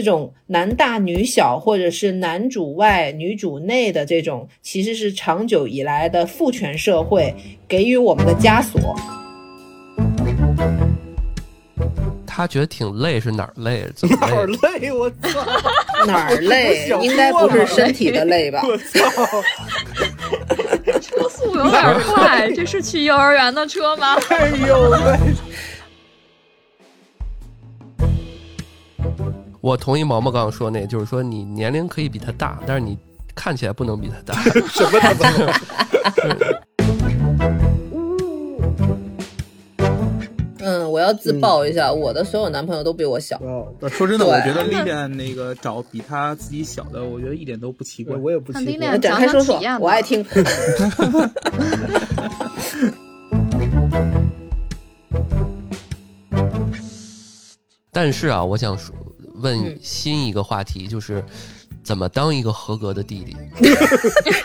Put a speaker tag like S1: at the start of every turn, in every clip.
S1: 这种男大女小，或者是男主外女主内的这种，其实是长久以来的父权社会给予我们的枷锁。
S2: 他觉得挺累，是哪儿累？怎么
S3: 哪儿
S2: 累？
S3: 累？我操！
S1: 哪儿累
S3: 我想？
S1: 应该不是身体的累吧？
S3: 我操！
S4: 车速 有点快，这是去幼儿园的车吗？
S3: 哎呦喂！
S2: 我同意毛毛刚刚说那，就是说你年龄可以比他大，但是你看起来不能比他大。
S3: 什么他妈？
S1: 嗯，我要自曝一下，我的所有男朋友都比我小。
S4: 嗯
S3: 哦，
S5: 说真的，
S1: 对
S5: 我觉得丽恋那个找比她自己小的，我觉得一点都不奇怪
S3: 我。我也不
S4: 那
S3: 奇
S4: 冰
S3: 怪
S4: 恋。
S1: 展开说说
S4: 想想体验，吧
S1: 我爱听。
S2: 但是啊，我想说问新一个话题，就是怎么当一个合格的弟弟，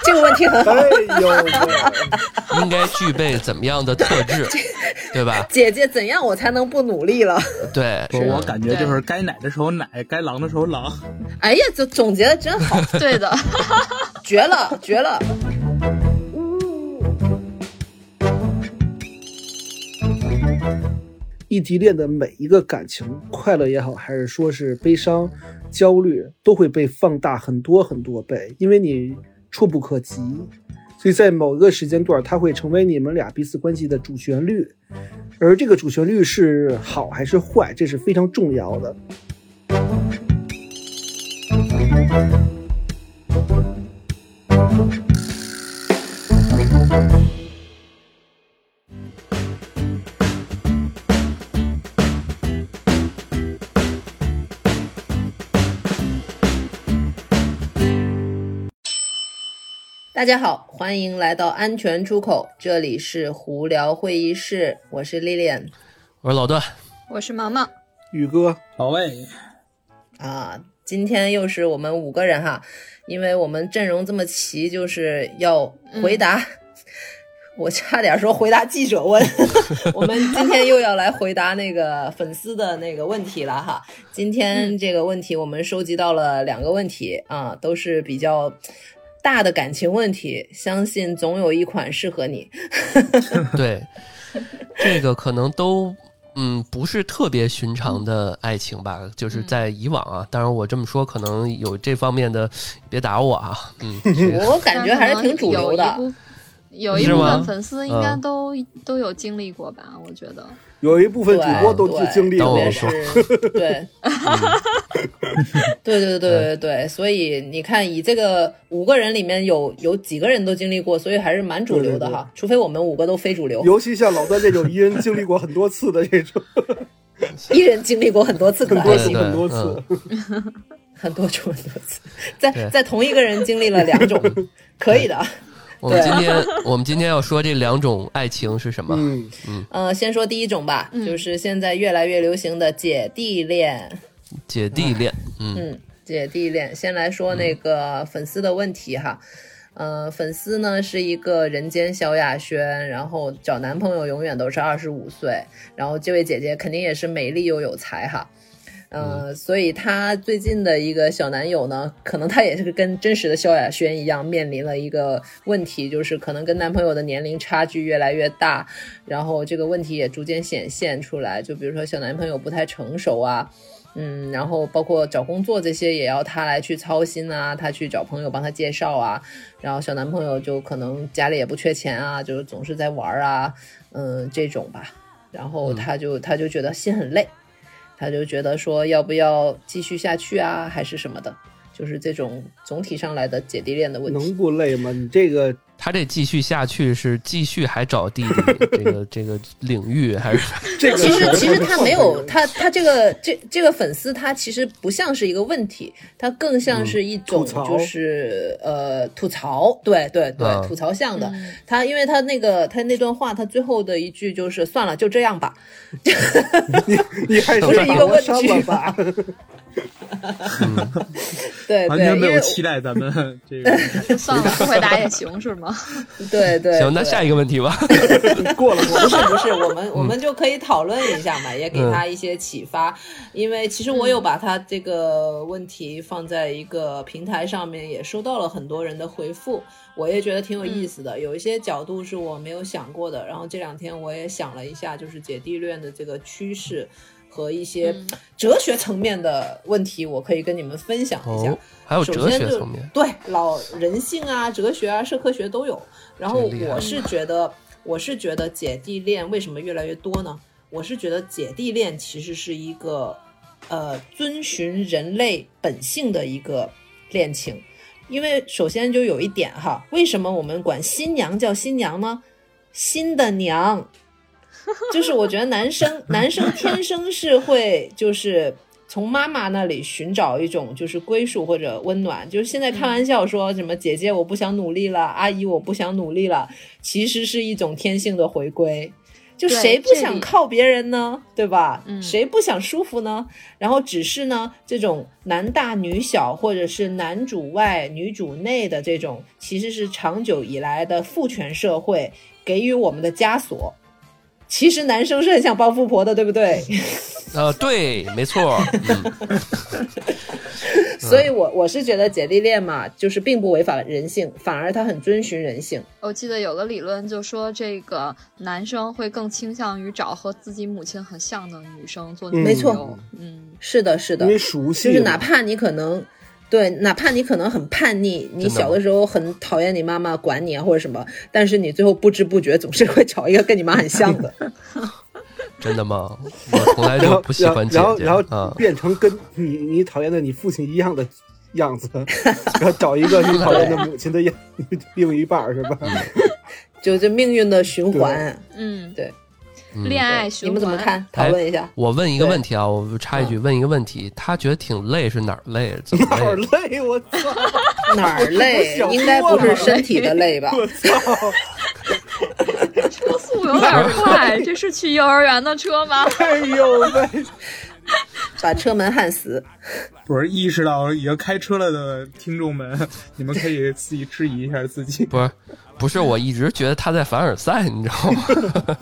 S1: 这个问题很好，
S3: 哎呦喂！
S2: 应该具备怎么样的特 质，对吧？
S1: 姐姐怎样我才能不努力了？
S2: 对，
S5: 我我感觉就是该奶的时候奶，该狼的时候狼。
S1: 哎呀，这总结的真好，
S4: 对的，
S1: 绝了，绝了！
S3: 异地恋的每一个感情，快乐也好，还是说是悲伤、焦虑，都会被放大很多很多倍，因为你触不可及，所以在某一个时间段，它会成为你们俩彼此关系的主旋律。而这个主旋律是好还是坏，这是非常重要的。
S1: 大家好，欢迎来到安全出口，这里是胡聊会议室，我是 Lilian
S2: 我说老段，
S4: 我是毛毛，
S3: 宇哥，
S5: 好喂，
S1: 啊。今天又是我们五个人哈，因为我们阵容这么齐，就是要回答。 我差点说回答记者问， 我们今天又要来回答那个粉丝的那个问题了哈。今天这个问题我们收集到了两个问题啊，都是比较大的感情问题，相信总有一款适合你。
S2: 对，这个可能都嗯不是特别寻常的爱情吧，就是在以往啊，当然我这么说可能有这方面的，别打我啊， 嗯，这个
S1: 我感觉还是挺主流 的。
S4: 有一
S2: 是
S4: 部。有一部
S2: 吗嗯
S4: 分粉丝应该都、都有经历过吧？我觉得，
S3: 有一部分主
S1: 对
S3: 播都
S1: 对
S3: 经历
S2: 当
S3: 过
S2: 我
S1: 也
S3: 了。
S1: 是
S2: 说，
S1: 对，对对对对对，所以你看，以这个五个人里面有有几个人都经历过，所以还是蛮主流的哈，除非我们五个都非主流，
S3: 尤其像老段这种一人经历过很多次的这种，
S1: 一人经历过很多次可
S3: 很
S1: 爱
S3: 多
S1: 情
S3: 种
S2: 对嗯
S3: 很多次，
S1: 很多种很多次，在
S2: 对
S1: 在同一个人经历了两种，可以的。
S2: 我们
S1: 对
S2: 今天我们今天要说这两种爱情是什么？
S3: 嗯，
S1: 呃，先说第一种吧，
S4: 嗯
S1: 就是现在越来越流行的姐弟恋，
S2: 姐弟恋，嗯，
S1: 嗯，姐弟恋。先来说那个粉丝的问题哈，呃，粉丝呢是一个人间萧亚轩，然后找男朋友永远都是二十五岁，然后这位姐姐肯定也是美丽又有才哈。呃，所以她最近的一个小男友呢，可能她也是跟真实的萧亚轩一样，面临了一个问题，就是可能跟男朋友的年龄差距越来越大，然后这个问题也逐渐显现出来。就比如说小男朋友不太成熟啊，嗯，然后包括找工作这些也要她来去操心啊，她去找朋友帮她介绍啊，然后小男朋友就可能家里也不缺钱啊，就是总是在玩儿啊，嗯，这种吧，然后她就她就觉得心很累，她就觉得说要不要继续下去啊，还是什么的，就是这种总体上来的姐弟恋的问题。
S3: 能不累吗？你这个
S2: 他这继续下去是继续还找弟弟这个这个领域还是
S3: 这个
S1: 其实其实他没有
S3: 是
S1: 他他这个这这个粉丝他其实不像是一个问题，他更像是一种
S3: 吐槽
S1: 就是、呃吐槽，对对对，
S2: 啊
S1: 吐槽向的。
S4: 嗯
S1: 他因为他那个他那段话，他最后的一句就是算了就这样吧，
S3: 你 还
S1: 不是一个问
S3: 上
S1: 句
S3: 吧？
S1: 哎对
S5: 完
S1: 对，
S5: 啊全没
S1: 因
S5: 有
S1: 为
S5: 期待咱 们这个
S4: 就算了，不回答也行是吗？
S1: 对 对，
S2: 行，那
S1: 对
S2: 下一个问题 吧。
S5: 过了过
S1: 不
S5: 了。
S1: 是不是，我们我们就可以讨论一下嘛，也给他一些启发。因为其实我有把他这个问题放在一个平台上面，也收到了很多人的回复，我也觉得挺有意思的。有一些角度是我没有想过的。然后这两天我也想了一下，就是姐弟恋的这个趋势和一些
S4: 嗯
S1: 哲学层面的问题，我可以跟你们分享一下。
S2: 哦，还有
S1: 首
S2: 哲
S1: 先
S2: 学
S1: 就
S2: 层面，
S1: 对老人性啊、哲学啊、社科学都有。然后
S2: 真厉害
S1: 我是觉得，我是觉得姐弟恋为什么越来越多呢？我是觉得姐弟恋其实是一个呃遵循人类本性的一个恋情，因为首先就有一点哈，为什么我们管新娘叫新娘呢？新的娘，就是我觉得男生 男生天生是会就是从妈妈那里寻找一种就是归属或者温暖，就是现在开玩笑说什么姐姐我不想努力了，
S4: 嗯
S1: 阿姨我不想努力了，其实是一种天性的回归。就
S4: 对
S1: 谁不
S4: 这
S1: 想
S4: 里
S1: 靠别人呢？对吧？
S4: 嗯
S1: 谁不想舒服呢？然后只是呢，这种男大女小或者是男主外女主内的这种，其实是长久以来的父权社会给予我们的枷锁。其实男生是很想帮富婆的，对不对？
S2: 呃，对，没错，嗯，
S1: 所以我我是觉得姐弟恋嘛，就是并不违反人性，反而它很遵循人性。
S4: 我记得有个理论就说，这个男生会更倾向于找和自己母亲很像的女生做女
S3: 嗯
S1: 没
S4: 朋
S1: 错
S4: 友。嗯，
S1: 是的，是的
S3: 因为，熟
S1: 就
S3: 悉嘛，
S1: 是哪怕你可能。对，哪怕你可能很叛逆，你
S2: 真的
S1: 小的时候很讨厌你妈妈管你啊，或者什么，但是你最后不知不觉总是会找一个跟你妈很像的。
S2: 哎真的吗？我从来
S3: 然
S2: 就
S3: 后
S2: 不喜欢姐
S3: 然后
S2: 姐
S3: 然后然后
S2: 啊。
S3: 变成跟你你讨厌的你父亲一样的样子， 然后找一个你讨厌的母亲的样另一半儿是吧？
S2: 嗯
S1: 就这命运的循环。
S4: 嗯，
S1: 对，
S2: 嗯
S4: 恋爱
S1: 你
S4: 哎循环
S1: 们怎么？
S2: 哎
S1: 看？讨论一 下。
S2: 我问一个问题啊，我插一句，
S1: 嗯
S2: 问一个问题，他觉得挺累是哪儿累？怎么
S3: 哪儿
S2: 累？
S3: 累？我操！
S1: 哪儿累
S3: 我想？
S1: 应该不是身体的累 吧？
S3: 我操！
S4: 车速有点快，这是去幼儿园的车 吗？
S3: 哎呦喂！
S1: 把车门焊死。
S5: 不是意识到已经开车了的听众们，你们可以自己质疑一下自己。
S2: 不是，不是，我一直觉得他在凡尔赛，你知道吗？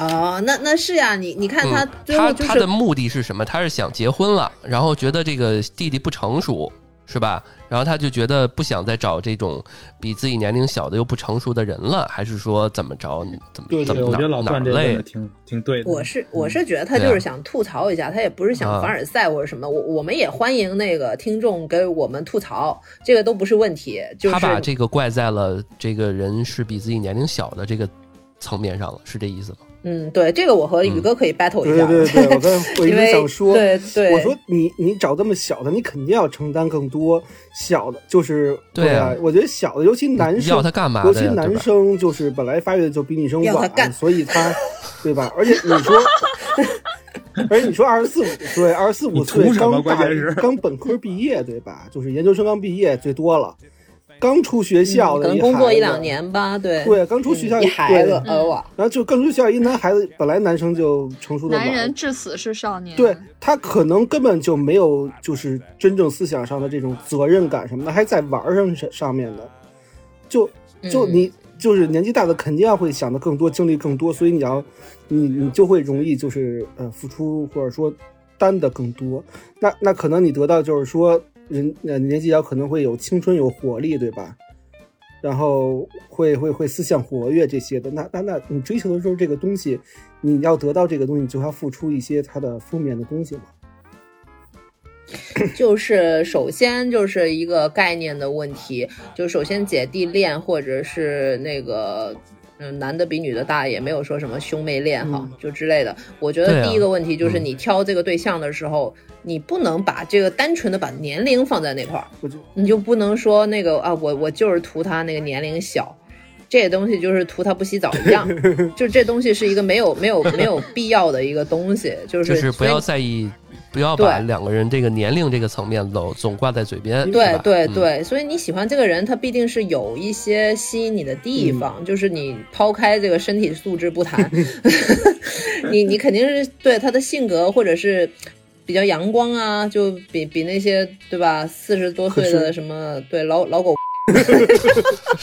S1: 哦，那那是呀、你你看他
S2: 嗯
S1: 最后
S2: 他
S1: 就
S2: 他的
S1: 是
S2: 目的是什么？他是想结婚了，然后觉得这个弟弟不成熟，是吧？然后他就觉得不想再找这种比自己年龄小的又不成熟的人了，还是说怎么着？怎么
S3: 对
S2: 怎
S5: 对，
S2: 么
S5: 我
S2: 哪
S5: 觉得老
S2: 哪儿
S5: 段这
S2: 累
S5: 个？挺挺对的。
S1: 我是我是觉得他就是想吐槽一下，他也不是想
S2: 嗯啊
S1: 凡尔赛或者什么。我我们也欢迎那个听众给我们吐槽，这个都不是问题。就是
S2: 他把这个怪在了这个人是比自己年龄小的这个层面上了，是这意思吗？
S1: 嗯，对这个我和宇哥可以 battle
S3: 对
S1: 一下。
S3: 对对，我刚才我一
S1: 因
S3: 直
S1: 为
S3: 想说，
S1: 对对，嗯
S3: 我说你你找这么小的，你肯定要承担更多。小的就是
S2: 对啊
S3: 啊，我觉得小的，尤其男生
S2: 要他干嘛
S3: 尤
S2: 的
S3: 其
S2: 呀？对
S3: 男
S2: 吧？
S3: 生就是本来发育的就比女生
S1: 要他干
S3: 晚，所以他，对吧？而且你 说，而且你说二十四五岁，二十四五岁
S5: 你图什么
S3: 刚
S5: 关
S3: 大
S5: 键是
S3: 刚本科毕业，对吧？就是研究生刚毕业最多了，刚出学
S1: 嗯
S3: 校
S1: 可
S3: 的、
S1: 能工作一两，年吧，对
S3: 对，刚出学校
S1: 嗯一孩子，
S3: 对
S1: 呃哇，
S3: 然后就刚出学校一男孩子，本来男生就成熟的
S4: 男
S3: 晚
S4: 人。至死是少年。
S3: 对他可能根本就没有，就是真正思想上的这种责任感什么的，还在玩儿上上面的，就就
S1: 嗯
S3: 你就是年纪大的，肯定要会想的更多，经历更多，所以你要你你就会容易就是呃付出或者说担的更多。那那可能你得到就是说人呃年纪小可能会有青春有活力，对吧？然后会会会思想活跃这些的，那那那你追求的就是这个东西，你要得到这个东西，你就要付出一些它的负面的东西嘛。
S1: 就是首先就是一个概念的问题，就首先姐弟恋或者是那个。嗯，男的比女的大，也没有说什么兄妹恋哈，
S3: 嗯
S1: 就之类的。我觉
S2: 对
S1: 得
S2: 啊
S1: 第一个问题就是，
S2: 嗯
S1: 你挑这个对象的时候，你不能把这个单纯的把年龄放在那块儿，
S3: 我就
S1: 你就不能说那个啊，我我就是图他那个年龄小，这东西就是图他不洗澡 一样，就这东西是一个没有没有没有必要的一个东西，就是
S2: 就是不
S1: 所以
S2: 要在意，不要把
S1: 对
S2: 两个人这个年龄这个层面总总挂在嘴边。是
S1: 对
S2: 吧
S1: 对
S2: 嗯
S1: 对，所以你喜欢这个人，他必定是有一些吸引你的地
S3: 嗯
S1: 方，就是你抛开这个身 体素质不谈，你你肯定是对他的性格或者是。比较阳光啊，就比比那些对吧，四十多岁
S3: 可
S1: 的
S3: 是
S1: 什么对老老狗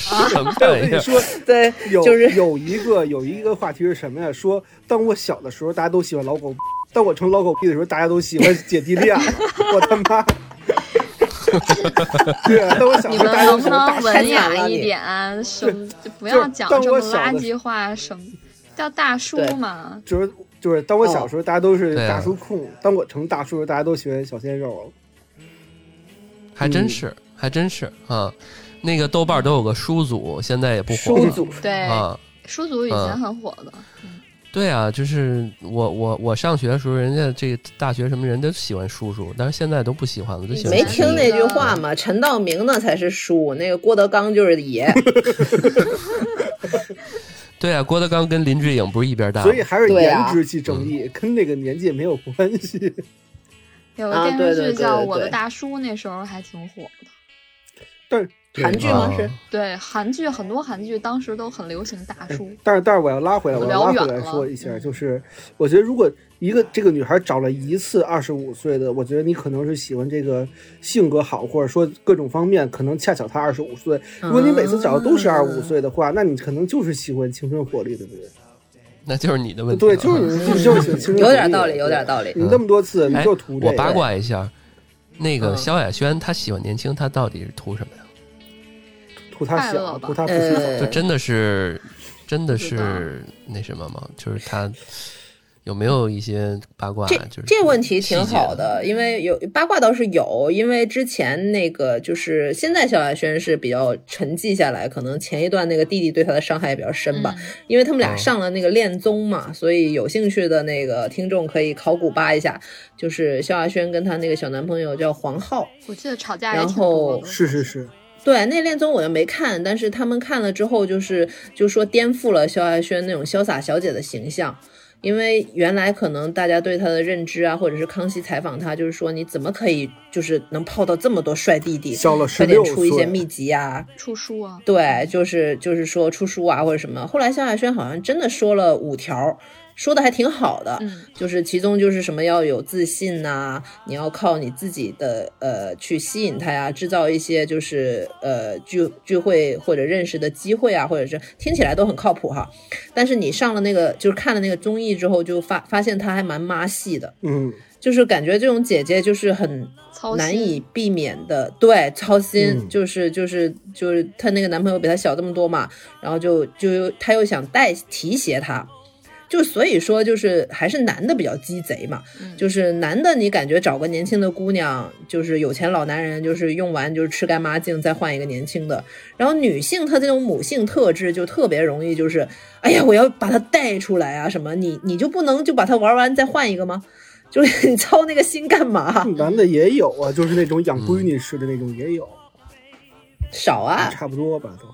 S2: 什么
S3: 我
S2: 玩
S3: 跟
S2: 意
S3: 你
S2: 儿？
S3: 说，
S1: 对，
S3: 有
S1: 就是
S3: 有一个有一个话题是什么呀？说当我小的时候，大家都喜欢老狗；当我成老狗逼的时候，大家都喜欢姐弟 恋了。我他妈！对啊，当我小
S4: 你
S3: 时候，
S4: 们
S3: 大家
S4: 能
S3: 都
S4: 不
S3: 喜欢大
S4: 能
S1: 太
S4: 文
S1: 惨
S4: 雅
S1: 了
S4: 一
S1: 你
S4: 点啊？ 什么就不
S3: 就
S4: 要
S3: 是
S4: 讲
S3: 当
S4: 这
S3: 我
S4: 么
S3: 小
S4: 垃
S3: 的时
S4: 圾话，什么叫大叔
S1: 对
S4: 嘛？
S3: 就是就是当我小时候，大家都是
S2: 对啊
S3: 大叔控；
S1: 哦
S3: 当我成大叔，大家都喜欢小鲜肉。
S2: 还真是，还真是啊。那个豆瓣都有个书组，现在也不火
S3: 书
S2: 了
S3: 组
S4: 对，
S2: 啊。
S4: 叔祖以
S3: 嗯
S4: 前很火的，
S2: 对啊，就是我我我上学的时候，人家这个大学什么人都喜欢叔叔，但是现在都不喜欢了，都喜欢
S1: 没
S2: 叔叔
S1: 听那句话吗？陈道明那才是叔， 那个郭德纲就是爷。
S2: 对啊，郭德纲跟林志颖不是一边大吗
S3: 所？以还是
S1: 对
S3: 颜
S1: 啊
S3: 值即正义，跟那个年纪没有关系。
S4: 有
S1: 啊
S4: 个电
S1: 对对
S4: 视剧
S1: 对
S4: 叫《
S1: 对
S4: 我的
S1: 对
S4: 大叔》，那时候还挺火的。
S3: 但
S1: 韩剧吗？是
S2: 啊
S4: 对，韩剧很多韩剧当时都很流行大叔，
S1: 嗯
S3: 但是，但是我要拉回来，我要
S4: 聊
S3: 拉回
S4: 远
S3: 来
S4: 了
S3: 说一下，
S4: 嗯
S3: 就是我觉得如果一个这个女孩找了一次二十五岁的，我觉得你可能是喜欢这个性格好，或者说各种方面，可能恰巧她二十五岁。如果你每次找的都是
S1: 啊
S3: 二十五岁的话，那你可能就是喜欢青春活力的人。
S2: 那就是你的问题了。嗯
S3: 对，就是你就是喜欢青春活力的人。
S1: 有点道理，有点道理。
S3: 你那么多次，你
S2: 哎
S3: 就图这个。
S2: 我八卦一下，那个
S1: 嗯
S2: 萧亚轩她喜欢年轻，她到底是图什么呀？
S3: 图她
S4: 快乐
S3: 小，
S4: 吧
S3: 图她不幸福。
S1: 呃
S2: 就，真的是，真的
S4: 不
S2: 是那什么吗？就是她有没有一些八卦？啊
S1: 这
S2: 就是
S1: 这问题挺好
S2: 细节。
S1: 的，因为有八卦倒是有，因为之前那个就是现在萧亚轩是比较沉寂下来，可能前一段那个弟弟对他的伤害也比较深吧，因为他们俩
S2: 嗯
S1: 上了那个恋综嘛，所以有兴趣的那个听众可以考古扒一下，就是萧亚轩跟她那个小男朋友叫黄浩，
S4: 我记得吵架也
S1: 然
S4: 挺多
S1: 后
S4: 的。
S3: 是是是，
S1: 对，那恋综我就没看，但是他们看了之后，就是就说颠覆了萧亚轩那种潇洒小姐的形象，因为原来可能大家对她的认知啊，或者是康熙采访她，就是说你怎么可以就是能泡到这么多帅弟弟，
S3: 小了
S1: 快点
S3: 16
S1: 出一些
S3: 岁
S1: 秘籍啊，
S4: 出书啊，
S1: 对，就是就是说出书啊或者什么。后来萧亚轩好像真的说了五条，说的还挺好的，
S4: 嗯，
S1: 就是其中就是什么要有自信呐、你要靠你自己的呃去吸引他呀，制造一些就是呃聚聚会或者认识的机会啊，或者是听起来都很靠谱哈。但是你上了那个就是看了那个综艺之后，就发发现他还蛮妈系的，
S3: 嗯，
S1: 就是感觉这种姐姐就是很
S4: 操心
S1: 难以避免的，对，操心、
S3: 嗯
S1: 就是就是就是她那个男朋友比她小这么多嘛，然后就就又她又想代提携他，就所以说就是还是男的比较鸡贼嘛，
S4: 嗯
S1: 就是男的你感觉找个年轻的姑娘，就是有钱老男人，就是用完就是吃干抹净再换一个年轻的，然后女性她这种母性特质就特别容易就是，哎呀我要把她带出来啊什么，你你就不能就把她玩完再换一个吗？就是你操那个心干嘛？
S3: 男的也有啊，就是那种养闺女式的那种也有，
S1: 少啊，
S3: 差不多吧都。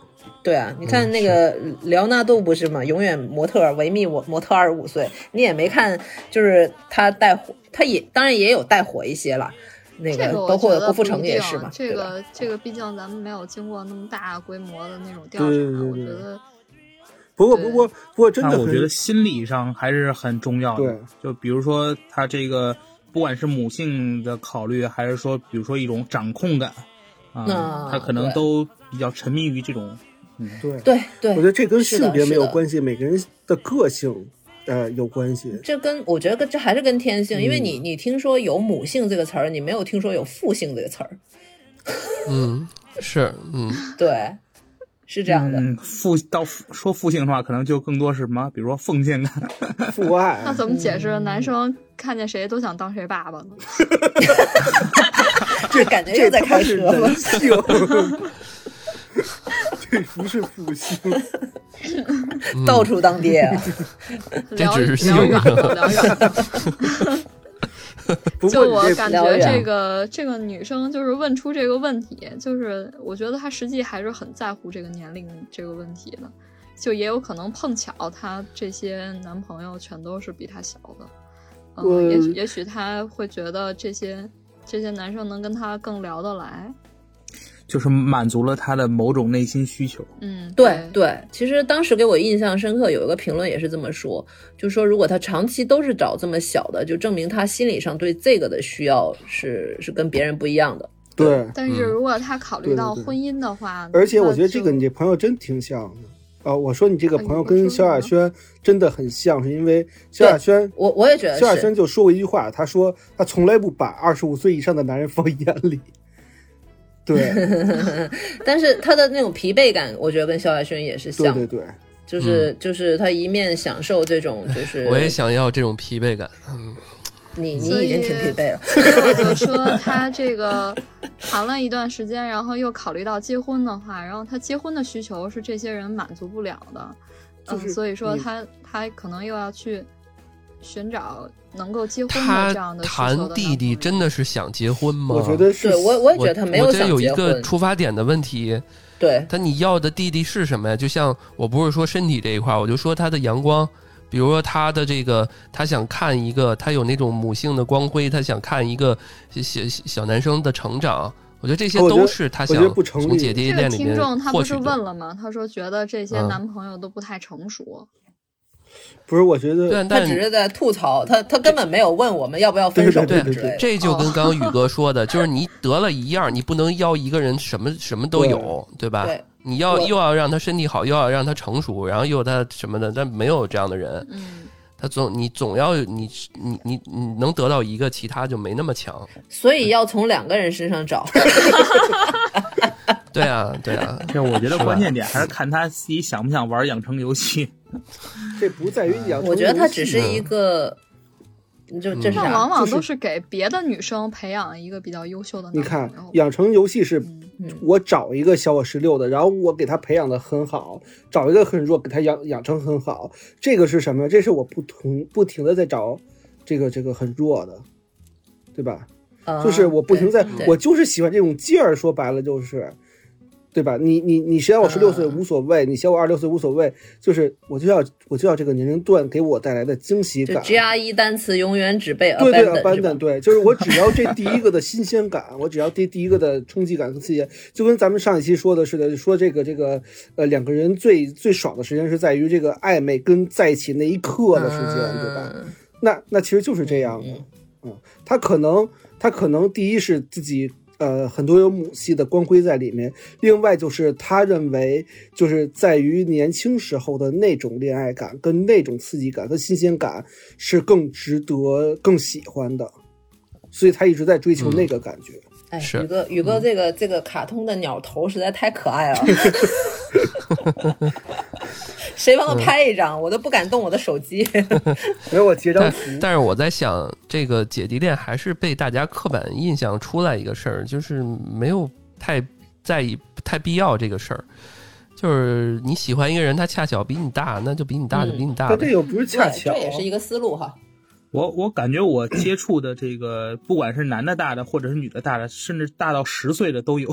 S1: 对啊，你
S3: 嗯
S1: 看那个莱昂纳度不是嘛，永远模特维密我模特二十五岁，你也没看，就是他带火，他也当然也有带火一些了，那
S4: 这
S1: 个
S4: 个我
S1: 包括
S4: 觉得
S1: 郭富
S4: 不一
S1: 城也
S4: 定
S1: 是嘛，
S4: 这
S1: 对吧？
S4: 个这个毕竟咱们没有经过那么大规模的那种调查，
S3: 对对对
S4: 我觉
S3: 对
S4: 得
S3: 不过
S4: 对
S3: 不过不过真
S5: 但
S3: 的
S5: 我
S3: 很
S5: 觉得心理上还是很重要的
S3: 对。
S5: 就比如说他这个，不管是母性的考虑，还是说，比如说一种掌控感，啊、
S1: 啊
S5: 他可能
S1: 对
S5: 都比较沉迷于这种。嗯，
S3: 对
S1: 对对
S3: 我觉，得这跟
S1: 是的
S3: 性别没有
S1: 是的
S3: 关系，每个人的个性呃有关 系。
S1: 这跟我觉得跟这还是跟天性，因为
S3: 嗯
S1: 你你听说有母性这个词儿，你没有听说有父性这个词儿，
S2: 嗯，是，嗯，
S1: 对，是这样 的。
S5: 嗯，父到父说父性的话，可能就更多是什么，比如说奉献感。
S3: 父爱
S4: 那，怎么解释男生看见谁都想当谁爸 爸呢？
S1: 这感觉
S3: 这
S1: 又在
S3: 他妈
S1: 开
S3: 是
S1: 车了
S3: 人。性， 这不是 父性。
S2: 嗯
S1: 到处当爹啊！
S2: 这
S4: 聊
S2: 只是
S4: 聊
S2: 性
S4: 远
S2: 格
S4: 了，聊远 了。
S3: 不
S4: 就
S3: 过
S4: 我
S3: 你这
S4: 感
S1: 聊
S4: 觉
S1: 远
S4: 这个这个女生就是问出这个问题，就是我觉得她实际还是很在乎这个年龄这个问题的，就也有可能碰巧她这些男朋友全都是比她小的，嗯，
S3: 我
S4: 也许也许她会觉得这些这些男生能跟她更聊得来，
S5: 就是满足了他的某种内心需求。
S4: 嗯，
S1: 对对，其实当时给我印象深刻，有一个评论也是这么说，就说如果他长期都是找这么小的，就证明他心理上对这个的需要是是跟别人不一样的。
S3: 对，
S4: 但是
S2: 嗯
S4: 如果他考虑
S3: 对对
S4: 到
S3: 对
S4: 婚姻的话，
S3: 而且我觉得
S4: 那
S3: 这
S4: 就
S1: 嗯
S3: 个你这朋友真挺像的。啊，我说你这个朋友跟萧亚轩真的很像，是因为萧亚轩，
S1: 我我也觉得
S3: 萧亚
S1: 是
S3: 轩就说过一句话，他说他从来不把二十五岁以上的男人放眼里。 对
S1: 但是他的那种疲惫感，我觉得跟萧亚轩也是
S3: 对
S1: 像，
S3: 对对，
S1: 就是、就是他一面享受这种， 就是
S2: 嗯我也想要这种疲惫感。
S1: 你你
S4: 所
S1: 已经
S4: 以
S1: 挺疲惫了，
S4: 所以我就说他这个谈了一段时间，然后又考虑到结婚的话，然后他结婚的需求是这些人满足不了的，
S3: 就是
S4: 嗯，所以说
S3: 你
S4: 他他可能又要去寻找能够结婚的
S2: 他
S4: 这样的需求
S2: 谈
S4: 的
S2: 弟弟
S4: 男朋友
S2: 真的是想结婚吗？
S3: 我觉得是
S1: 对我我也觉
S2: 我
S1: 得他没
S2: 我
S1: 有
S2: 觉得
S1: 想
S2: 有一
S1: 结
S2: 个
S1: 婚，
S2: 出发点的问题，
S1: 对
S2: 他你要的弟弟是什么呀？就像我不是说身体这一块儿，我就说他的阳光，比如说他的这个，他想看一个，他有那种母性的光辉，他想看一个小小小男生的成长。我觉得这些
S3: 啊我觉得
S2: 都是他想
S3: 我觉得不成立
S2: 从姐弟
S4: 这个
S2: 恋里
S4: 听众
S2: 面
S4: 他
S2: 获
S4: 不
S2: 取
S4: 是
S2: 的。
S4: 问了吗？他说觉得这些
S2: 嗯
S4: 男朋友都不太成熟，
S3: 不是？我觉得
S2: 对，
S1: 他
S2: 但
S1: 只是在吐槽，他他根本没有问我们要不要分手
S3: 对对
S1: 之
S3: 对
S1: 类的。
S2: 这就跟刚刚宇哥说的，就是你得了一样，你不能要一个人什么什么都有，对吧？
S1: 对
S2: 你要
S1: 我
S2: 又要让他身体好，又要让他成熟，然后又他什么的，但没有这样的人，
S4: 嗯，
S2: 他总你总要你你你你能得到一个，其他就没那么强。
S1: 所以要从两个人身上 找。
S2: 对啊，对 啊，
S5: 这我觉得
S2: 是吧
S5: 关键点还是嗯看他自己想不想玩养成游戏。
S3: 这不啊在于养成
S1: 我觉得他
S3: 游戏
S1: 只是一个，就这是
S4: 那往
S1: 啥？
S4: 往
S3: 就是
S4: 都是给别的女生培养一个比较优秀的
S3: 你
S4: 男朋友
S3: 看。
S1: 嗯
S3: 养成游戏是
S4: 嗯
S3: 我找一个小我十六的，然后我给他培养的很好，找一个很弱给他养养成很好，这个是什么呀？这是我不同不停的在找这个这个很弱的，对吧？
S1: 啊
S3: 就是我不停在
S1: 对，对
S3: 我就是喜欢这种劲儿，说白了就是，对吧？你你你谁要我十六岁
S1: 嗯
S3: 无所谓，你小我二十六岁无所谓，就是我就要我就要这个年龄段给我带来的惊喜
S1: 就
S3: 感。
S1: GRE 单词永远只被
S3: 对对
S1: abandon 是吧
S3: 对，就是我只要这第一个的新鲜感，我只要这第一个的冲击感和刺激，就跟咱们上一期说的似的，说这个这个呃两个人最最爽的时间是在于这个暧昧跟在一起那一刻的时间，对吧？
S1: 嗯
S3: 那那其实就是这样的，嗯，他可能他可能第一是自己呃很多有母系的光辉在里面，另外就是他认为就是在于年轻时候的那种恋爱感跟那种刺激感和新鲜感是更值得更喜欢的，所以他一直在追求那个感觉。
S1: 哎，
S2: 是
S1: 宇哥，宇哥，这个这个卡通的鸟头实在太可爱 了，谁
S3: 嗯
S1: 帮他拍一张？我都不敢动我的手 机。
S3: 给我截张
S2: 但
S3: 图，
S2: 但是我在想，这个姐弟恋还是被大家刻板印象出来一个事儿，就是没有太在意、太必要这个事儿。就是你喜欢一个人，他恰巧比你大，那就比你大，
S1: 嗯
S2: 就比你大
S3: 但
S2: 呗
S3: 这。又不是恰
S1: 对
S3: 巧
S1: 这，也是一个思路哈。
S5: 我我感觉我接触的这个，不管是男的大的，或者是女的大的，甚至大到十岁的都有，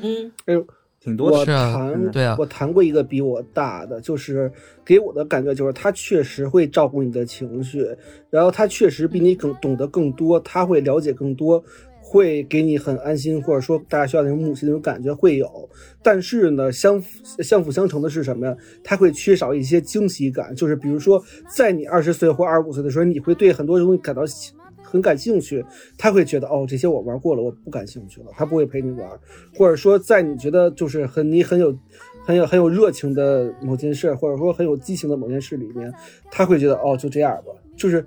S1: 嗯，
S3: 哎呦
S5: 挺多
S3: 我
S5: 的。
S2: 是啊
S3: 谈
S2: 对啊
S3: 我谈过一个比我大的，就是给我的感觉就是他确实会照顾你的情绪，然后他确实比你更懂得更多，他会了解更多，会给你很安心，或者说大家需要那种母系那种感觉会有。但是呢，相辅相辅相成的是什么呀？他会缺少一些惊喜感，就是比如说在你二十岁或二十五岁的时候，你会对很多东西感到喜很感兴趣，他会觉得哦，这些我玩过了，我不感兴趣了，他不会陪你玩，或者说在你觉得就是很你很有很有很有热情的某件事，或者说很有激情的某件事里面，他会觉得哦，就这样吧，就是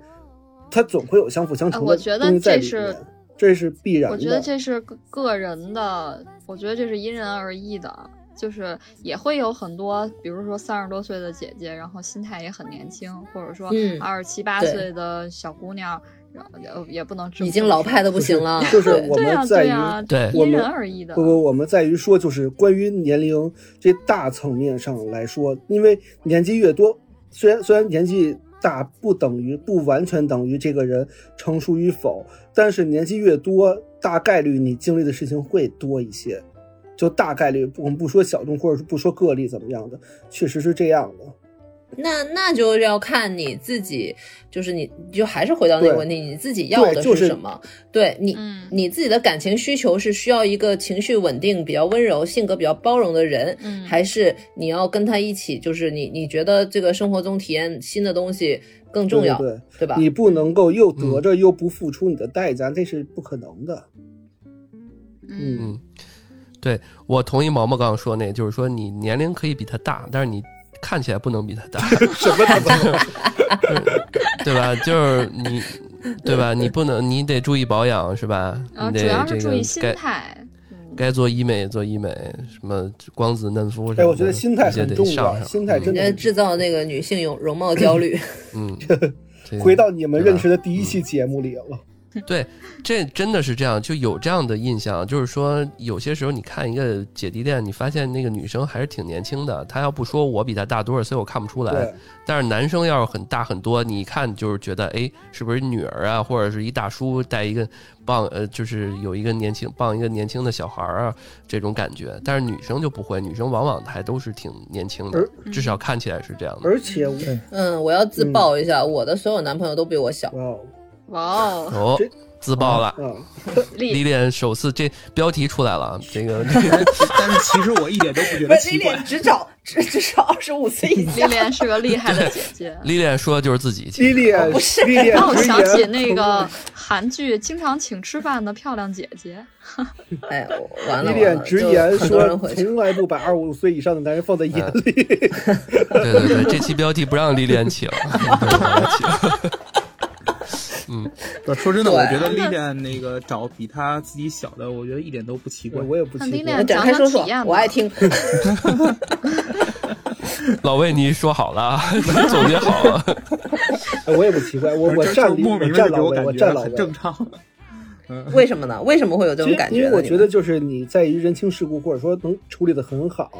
S3: 他总会有相辅相成
S4: 哎
S3: 的
S4: 我觉得
S3: 东西在
S4: 这
S3: 里
S4: 是
S3: 面，这是必然的。
S4: 我觉得这是个个人的，我觉得这是因人而异的，就是也会有很多，比如说三十多岁的姐姐，然后心态也很年轻，或者说
S1: 嗯
S4: 二十七八
S1: 对
S4: 岁的小姑娘，然后呃也不能这么
S1: 已经老派的不行了。
S3: 就是我们
S4: 对呀
S3: 在
S4: 对
S3: 于、
S4: 呀，
S2: 对
S3: 我们
S4: 因人而异
S1: 啊
S4: 的
S3: 不。不，我们在于说，就是关于年龄这大层面上来说，因为年纪越多，虽然虽然年纪大不等于不完全等于这个人成熟与否，但是年纪越多，大概率你经历的事情会多一些。就大概率，我们不说小众，或者是不说个例怎么样的，确实是这样的。
S1: 那那就要看你自己，就是你你就还是回到那个
S3: 对
S1: 问题，你自己要的
S3: 对就是
S1: 什么？对你、
S4: 嗯
S1: 你自己的感情需求是需要一个情绪稳定、比较温柔、性格比较包容的人，
S4: 嗯
S1: 还是你要跟他一起？就是你你觉得这个生活中体验新的东西更重要，
S3: 对对
S1: 对吧？嗯
S3: 你不能够又得着又不付出你的代价，这是不可能的。
S4: 嗯
S3: 嗯
S2: 对我同意毛毛刚刚说那个，就是说你年龄可以比他大，但是你看起来不能比他大，
S3: 什么都不能
S2: 对吧？就是你，对吧？你不能，你得注意保养，是吧？
S4: 啊，
S2: 你
S4: 主
S2: 得
S4: 要
S2: 嗯这
S4: 是
S2: 个
S4: 注意心
S2: 该
S4: 态。嗯
S2: 该做医美也做医美，什么光子嫩肤什么的。
S3: 哎我觉得心态
S2: 你就
S3: 很
S2: 得
S3: 重要
S2: 上嗯上
S3: 心态真
S1: 你
S3: 的
S1: 在制造那个女性容容貌焦 虑，
S2: 嗯，嗯
S3: 回到你们认识的第
S5: 嗯
S3: 一期节目里了。
S2: 对，这真的是这样，就有这样的印象，啊就是说有些时候你看一个姐弟恋，你发现那个女生还是挺年轻的，她要不说我比她大多少岁，我看不出来
S3: 对。，
S2: 但是男生要是很大很多，你一看就是觉得，哎，是不是女儿啊，或者是一大叔带一个棒，呃，就是有一个年轻棒一个年轻的小孩儿啊，这种感觉。但是女生就不会，女生往往还都是挺年轻的，至少看起来是这样的。
S3: 而且我
S1: 嗯，我要自曝一下，我的所有男朋友都比我小，
S3: 哇哦，
S4: 哇 哦，
S2: 哦
S3: 这，
S2: 自爆了。
S3: 啊！
S2: 历
S4: 丽
S2: 练首次，这标题出来了啊，这 个。
S5: 但是其实我一点都不觉
S1: 不
S5: 得
S1: 是
S5: 奇
S1: 你
S5: 怪
S1: 脸。只找只只找二十五岁 以
S4: 丽
S1: 下，
S4: 莲是个厉害的姐姐
S2: 历练说的就是自己，其实
S3: 莉莉
S1: 哦不是，
S3: 莉莉
S4: 让我
S3: 直
S4: 想起
S3: 言
S4: 那个韩剧《经常请吃饭的漂亮姐姐
S1: 哎，我完了，
S3: 莉
S1: 完
S3: 莉
S1: 了
S3: 直
S1: 就
S3: 言
S1: 很多
S3: 说
S1: 人，嗯回去。
S3: 从来不把二十五岁以上的男人放在眼里。
S2: 对对对，这期标题不让历练起了，不让历练起了
S5: 不是说真的，
S1: 对
S5: 我觉得丽莲那个找比她自己小的，我觉得一点都不奇怪。
S3: 我也不
S4: 那
S3: 奇
S4: 莉
S3: 怪
S4: 莉，
S1: 展开说说
S4: 讲讲体验，吧
S1: 我爱 听。
S2: 老魏，你说好了啊，你总结好了，
S3: 哎我也不奇怪，我我
S5: 这
S3: 站
S5: 就
S3: 你，
S5: 莫
S3: 我
S5: 名的
S3: 站
S5: 就给
S3: 老
S5: 我
S3: 魏，我
S5: 感
S3: 站
S5: 觉
S3: 老
S5: 很
S3: 魏。
S5: 正常。 嗯，
S1: 为什么呢？为什么会有这
S3: 其
S1: 种
S3: 实
S1: 感觉
S3: 因
S1: 呢？
S3: 为我
S1: 你
S3: 觉
S1: 们
S3: 得就是你在于人情世故，或者说能处理的很好，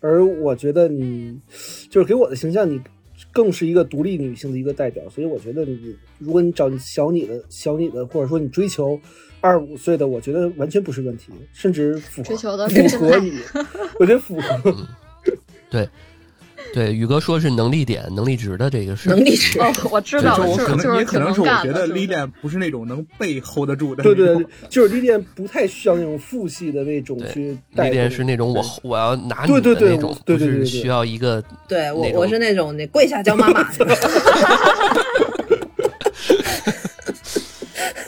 S3: 而我觉得你就是给我的形象，你更是一个独立女性的一个代表，所以我觉得你，如果你找你小你的小你的，或者说你追求二五岁的，我觉得完全不是问题，甚至符合
S4: 追求的是
S3: 符
S4: 真
S3: 合
S4: 爱
S3: 你， 我觉得符合。
S2: 嗯对，宇哥说是能力点、能力值的这个事儿，
S1: 能力值》。
S4: 哦，我知
S5: 对
S4: 道，
S5: 就我可
S4: 是就
S5: 能也
S4: 是
S5: 可
S4: 挺
S5: 能
S4: 能
S5: 是我
S4: 干
S5: 觉
S4: 的。
S5: 得
S4: 是不
S5: 丽
S4: 是
S5: 莲不是那种能被 hold 得住的那
S3: 对
S5: 种。
S3: 对对，就是莉恋不太需要那种父系的那种
S2: 对
S3: 去带
S2: 历
S3: 动。
S2: 练是那种我我要拿你
S3: 对
S2: 的
S3: 对对
S2: 那种，
S3: 对
S2: 就
S3: 对对
S2: 是
S3: 对
S2: 需要一个
S1: 对我
S2: 那，种
S1: 我是那种你跪下叫妈妈，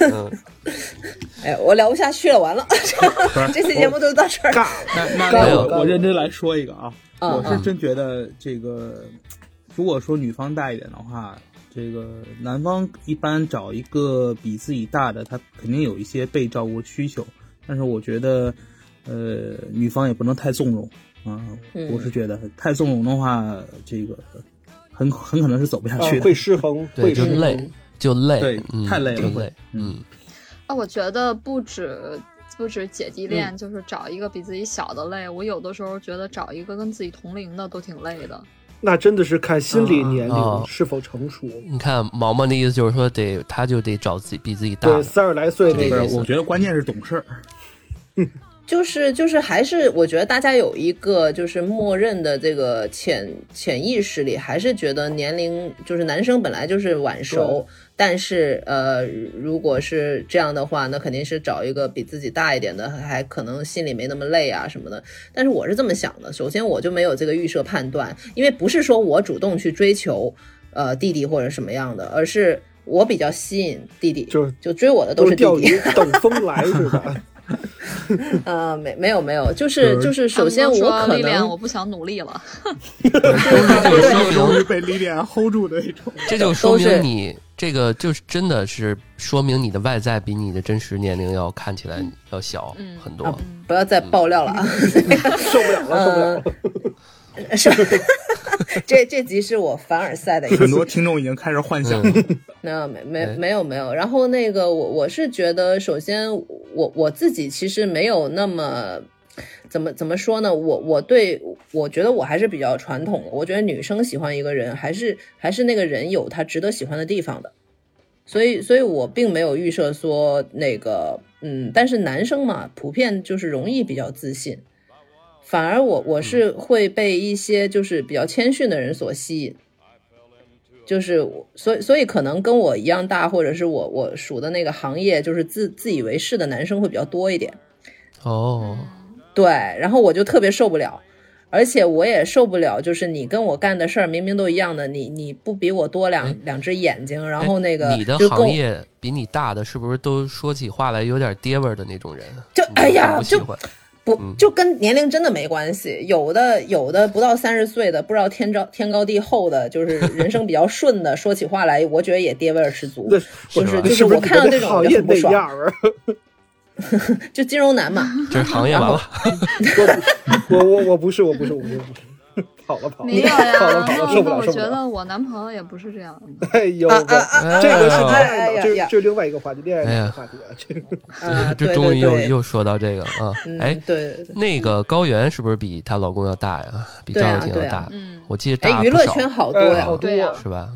S2: 嗯，
S1: 哎，我聊不下去了，完了， 这期节目就到这儿。
S3: 尬，
S5: 那那
S3: 干
S5: 那
S3: 我干
S5: 我
S3: 我
S5: 我认真来说一个啊，
S1: 嗯
S5: 我是真觉得这个，如果说女方大一点的话，这个男方一般找一个比自己大的，他肯定有一些被照顾的需求，但是我觉得，呃，女方也不能太纵容啊、
S1: 嗯
S5: 我是觉得太纵容的话，这个很很可能是走不下
S3: 啊
S5: 去的。
S1: 哦
S3: 会失衡，
S2: 对，
S3: 会
S2: 就
S3: 失衡。
S2: 累，就累，
S5: 对
S2: 嗯
S5: 太累了
S2: 就
S5: 会
S2: 累，嗯，
S4: 啊，我觉得不止不止姐弟恋，就是找一个比自己小的累。我有的时候觉得找一个跟自己同龄的都挺累的。
S3: 那真的是看心理年
S2: 啊
S3: 龄是否成熟。
S2: 你看毛毛的意思就是说得，他就得找自己比自己大
S3: 对，
S2: 的，
S3: 三十来岁那
S5: 不
S3: 个
S5: 是，
S2: 对
S5: 我觉得关键是懂事儿。
S1: 就是就是还是我觉得大家有一个就是默认的这个潜潜意识里，还是觉得年龄就是男生本来就是晚熟，但是呃，如果是这样的话，那肯定是找一个比自己大一点的，还可能心里没那么累啊什么的。但是我是这么想的，首先我就没有这个预设判断，因为不是说我主动去追求呃弟弟或者什么样的，而是我比较吸引弟弟，
S3: 就是
S1: 就追我的
S3: 都
S1: 是弟
S3: 钓
S1: 弟
S3: 鱼。等风来 是吧？
S1: 呃，没没有没有，就是
S5: 就
S1: 就是，
S5: 是
S4: 他
S1: 首
S4: 们
S1: 先
S4: 都
S1: 我
S4: 说
S1: 可
S4: 丽莲，
S1: 能
S4: 我不想努力了。
S2: 这就说
S5: 容
S2: 明
S5: 易被历练 hold 住的那种。
S2: 这就说
S1: 都是
S2: 明你这个就是真的是说明你的外在比你的真实年龄要看起来要小
S4: 嗯
S2: 很
S3: 啊
S2: 多。
S1: 不要再爆料了啊，
S3: 受不了了，受不
S1: 呃
S3: 了了。
S1: 是 这这集是我凡尔赛的一集，
S5: 很多听众已经开始幻想
S2: 嗯
S5: 了，
S1: 那没没
S2: 哎
S1: 没有没有，然后那个我我是觉得，首先我我自己其实没有那么。怎么怎么说呢？我我对我觉得我还是比较传统的。我觉得女生喜欢一个人，还是还是那个人有他值得喜欢的地方的。所以，所以我并没有预设说那个，嗯，但是男生嘛，普遍就是容易比较自信，反而我我是会被一些就是比较谦逊的人所吸引。就是我，所以所以可能跟我一样大，或者是我我属的那个行业，就是自自以为是的男生会比较多一点。
S2: 哦，
S1: 对，然后我就特别受不了，而且我也受不了，就是你跟我干的事儿明明都一样的，你你不比我多两、
S2: 哎
S1: 两只眼睛，然后那个
S2: 哎你的
S1: 就跟我
S2: 行业比你大的，是不是都说起话来有点爹味儿的那种人？
S1: 就
S2: 你
S1: 哎呀
S2: 不喜
S1: 就
S2: 欢
S1: 不
S2: 嗯
S1: 就跟年龄真的没关系，有的有的不到三十岁的，不知道天高天高地厚的，就是人生比较顺的， 说起话来，我觉得也爹味儿十足。
S3: 那
S1: 就是
S2: 吧
S1: 就是
S3: 是不
S1: 我
S3: 是
S1: 看到
S3: 你
S1: 这
S3: 们的
S1: 种我
S3: 行
S1: 就
S3: 业
S1: 很不
S3: 那样
S1: 爽，
S3: 儿？
S1: 就金融男嘛，
S2: 这是行业 完了，
S3: 我我我不是我不是我不是我不是，跑了跑了
S4: 没有呀，
S3: 跑哦了跑了，受不
S4: 那那
S3: 了
S4: 我
S3: 受
S4: 觉
S3: 不了。
S4: 得我男朋友也不是这样的。
S3: 哎呦，
S1: 啊
S3: 我
S1: 啊啊！
S2: 哎
S3: 这个是恋
S2: 呀
S3: 爱脑，
S1: 哎
S3: 这
S1: 呀
S3: 这是另外一个话题，恋
S2: 哎
S3: 爱脑
S2: 呀
S3: 的话题啊，这个
S1: 啊，
S2: 这
S1: 对
S2: 终
S1: 对
S2: 于又
S1: 对，
S2: 又说到这个啊，哎
S1: 嗯，，对对对，
S2: 那个高原是不是比她老公要大呀？比
S1: 对
S2: 张
S1: 啊
S2: 幼婷
S1: 对
S2: 要
S1: 啊
S2: 大，
S4: 嗯，
S2: 我记得大
S1: 哎，娱乐
S2: 不少
S1: 圈好多
S3: 呃
S1: 呀
S3: 好，多
S4: 对呀
S2: 是吧？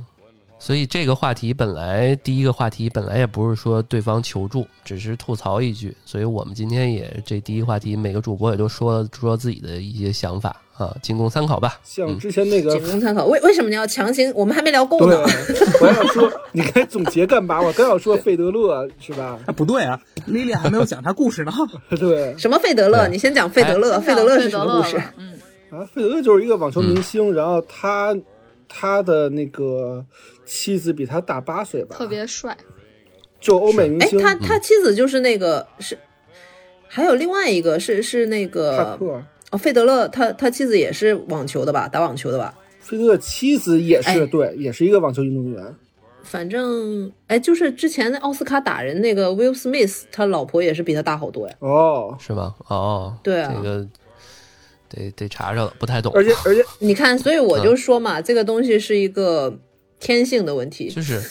S2: 所以这个话题本来第一个话题本来也不是说对方求助，只是吐槽一句。所以我们今天也这第一话题，每个主播也都说了说自己的一些想法啊，仅供参考吧。
S3: 像之前那个
S1: 仅供参考。为为什么你要强行？我们还没聊够
S3: 对啊
S1: 呢。，
S3: 我要说，你该总结干嘛？我刚要说费德勒是吧？
S5: 啊，不对啊，莉莉还没有讲她故事呢。
S3: 对
S1: 什么费德勒？
S2: 对
S1: 你先讲费德
S2: 哎
S1: 勒，费德勒是什么故事？
S4: 了？嗯，
S3: 啊，费德勒就是一个网
S2: 嗯
S3: 球明星，然后他他的那个妻子比他大八岁吧，
S4: 特别帅，
S3: 就欧美明
S1: 哎，
S3: 星
S2: 嗯
S1: 他他妻子就是那个是，还有另外一个是是那
S3: 帕
S1: 个
S3: 克。
S1: 哦，费德勒他他妻子也是网球的吧，打网球的吧。
S3: 费德勒妻子也是、
S1: 哎
S3: 对，也是一个网球运动员。
S1: 反正哎，就是之前那奥斯卡打人那个 Will Smith，他老婆也是比他大好多呀。
S3: 哦，
S2: 是吗？哦，
S1: 对啊
S2: 这个得得查查了，不太懂。
S3: 而且而且
S1: 你看，所以我
S2: 嗯
S1: 就说嘛，这个东西是一个天性的问题
S2: 就。是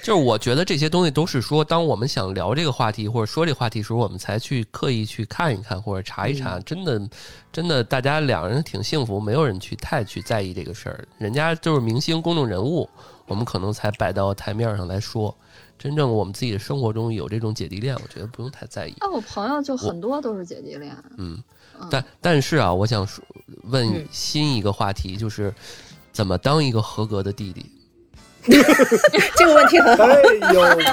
S2: 就是，我觉得这些东西都是说，当我们想聊这个话题或者说这个话题时候，我们才去刻意去看一看或者查一查。真的，真的，大家两人挺幸福，没有人去太去在意这个事儿。人家就是明星、公众人物，我们可能才摆到台面上来说。真正我们自己的生活中有这种姐弟恋，我觉得不用太在意。
S4: 那啊我朋友就很多都是姐弟恋，
S2: 嗯
S4: 嗯，
S2: 但但是啊，我想说问
S1: 嗯
S2: 新一个话题，就是怎么当一个合格的弟弟？
S1: 这个问题很好
S3: 哎呦喂，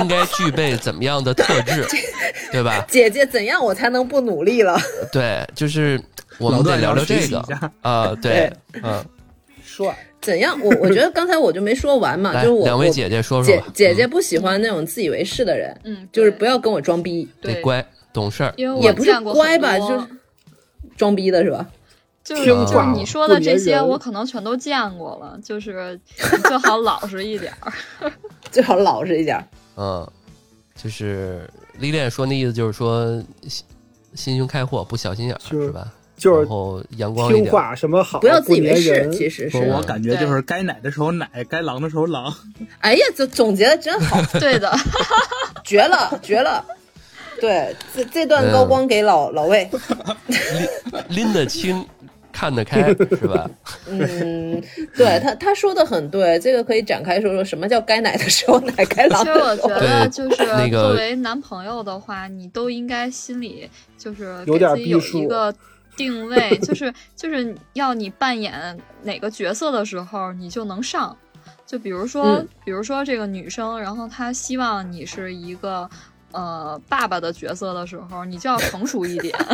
S2: 应该具备怎么样 的特质，对吧？
S1: 姐姐怎样我才能不努力了？
S2: 对，就是我们
S5: 老
S2: 得
S5: 段
S2: 聊
S5: 要
S2: 聊
S5: 学
S2: 这
S5: 习
S2: 个
S5: 一下
S2: 啊，对，嗯，
S3: 帅，
S1: 怎样？我我觉得刚才我就没说完嘛，就
S2: 来，
S1: 是我
S2: 两位
S1: 我
S2: 姐姐说说
S1: 姐
S2: 吧，嗯
S1: 姐姐不喜欢那种自以为是的人，
S4: 嗯，
S1: 就是
S4: 对
S1: 不要跟我装逼，
S2: 嗯
S4: 对
S2: 得，乖懂事儿，嗯
S4: 因为
S1: 也
S4: 我
S1: 不是
S4: 见过很
S1: 乖吧
S4: 多
S1: 就是装逼的是吧？
S4: 就是
S3: 听
S4: 就是
S3: 话
S4: 你说的
S3: 不粘
S4: 这些，
S3: 人
S4: 我可能全都见过了。就是你最好老实一点儿。
S1: 最好老实一点。
S2: 嗯，就是李恋说那意思就是说心心胸开阔，不小心眼儿
S3: 就是
S2: 是吧？
S3: 就
S2: 然
S3: 是
S2: 后阳光一
S3: 听
S2: 点，
S3: 话，什么好，
S1: 不要自以为
S3: 不粘
S1: 是，
S3: 人
S1: 其实是啊
S2: 不。
S5: 我感觉就是该奶的时候奶，该狼的时候狼。
S1: 哎呀，总总结的真好，
S4: 对的，
S1: 绝了，绝了！对，这这段高光给老、老魏，
S2: 拎得清，看得开，是吧？
S1: 嗯，对他他说的很对，这个可以展开说说什么叫该奶的时候奶，该狼
S4: 其实
S1: 的
S4: 我
S1: 时
S4: 觉
S1: 候。
S4: 得
S2: 对
S4: 就是
S2: 那个
S4: 作为男朋友的话，你都应该心里就是
S3: 有
S4: 给
S3: 点
S4: 自己有
S3: 逼数
S4: 一个定 位，就是就是要你扮演哪个角色的时候，你就能上。就比如说，
S1: 嗯
S4: 比如说这个女生，然后她希望你是一个呃爸爸的角色的时候，你就要成熟一点。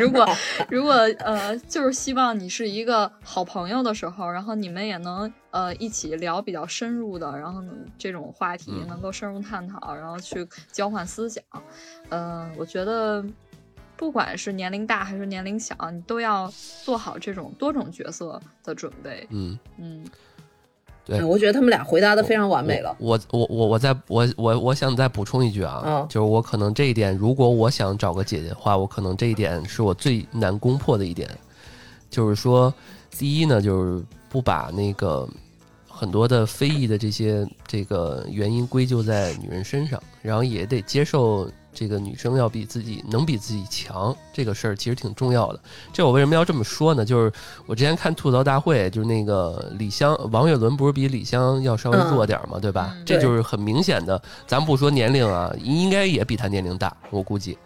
S4: 如果如果呃，就是希望你是一个好朋友的时候，然后你们也能呃一起聊比较深入的，然后呢这种话题
S2: 嗯
S4: 能够深入探讨，然后去交换思想。嗯、我觉得不管是年龄大还是年龄小，你都要做好这种多种角色的准备。
S2: 嗯，
S4: 嗯，
S2: 对
S1: 哎我觉得他们俩回答的非常完美了。
S2: 我我我我再我我我想再补充一句啊，
S1: 嗯
S2: 就是我可能这一点，如果我想找个姐姐的话，我可能这一点是我最难攻破的一点，就是说，第一呢，就是不把那个很多的非议的这些这个原因归咎在女人身上，然后也得接受这个女生要比自己能比自己强这个事儿，其实挺重要的。这我为什么要这么说呢？就是我之前看吐槽大会，就是那个李湘、王岳伦不是比李湘要稍微弱点儿嘛，对吧？
S4: 嗯
S2: 这就是很明显的，咱不说年龄啊，应该也比她年龄大，我估计。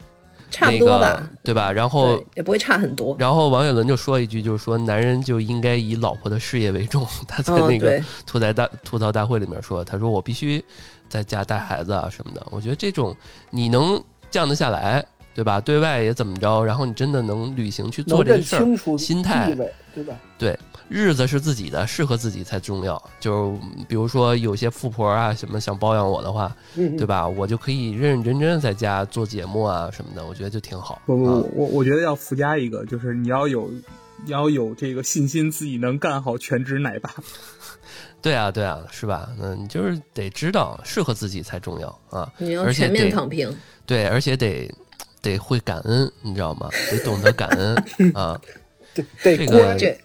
S1: 差
S2: 那
S1: 不多吧
S2: 个，对吧？然后
S1: 对也不会差很多。
S2: 然后王岳伦就说一句，就是说男人就应该以老婆的事业为重。他在
S1: 嗯
S2: 那个
S1: 对
S2: 吐槽大吐槽大会里面说，他说我必须在家带孩子啊什么的。我觉得这种你能降得下来，对吧？对外也怎么着，然后你真的能履行去做
S3: 能
S2: 这
S3: 认
S2: 个事儿，
S3: 清楚
S2: 心态
S3: 地位，对吧？
S2: 日子是自己的，适合自己才重要。就是比如说有些富婆啊什么想包养我的话，
S3: 嗯，
S2: 对？吧？我就可以认认真真地在家做节目啊什么的，我觉得就挺好。
S3: 嗯
S5: 不不
S2: 啊
S5: 不，我我觉得要附加一个，就是你要有，你要有这个信心，自己能干好全职奶爸。
S2: 对啊，对啊，是吧？嗯，你就是得知道适合自己才重要啊。
S1: 你要
S2: 而且
S1: 全面
S2: 得
S1: 躺平，
S2: 对，而且得得会感恩，你知道吗？得懂得感恩 啊。
S3: 对，
S2: 这
S3: 得
S2: 个
S3: 过
S2: 对
S1: 这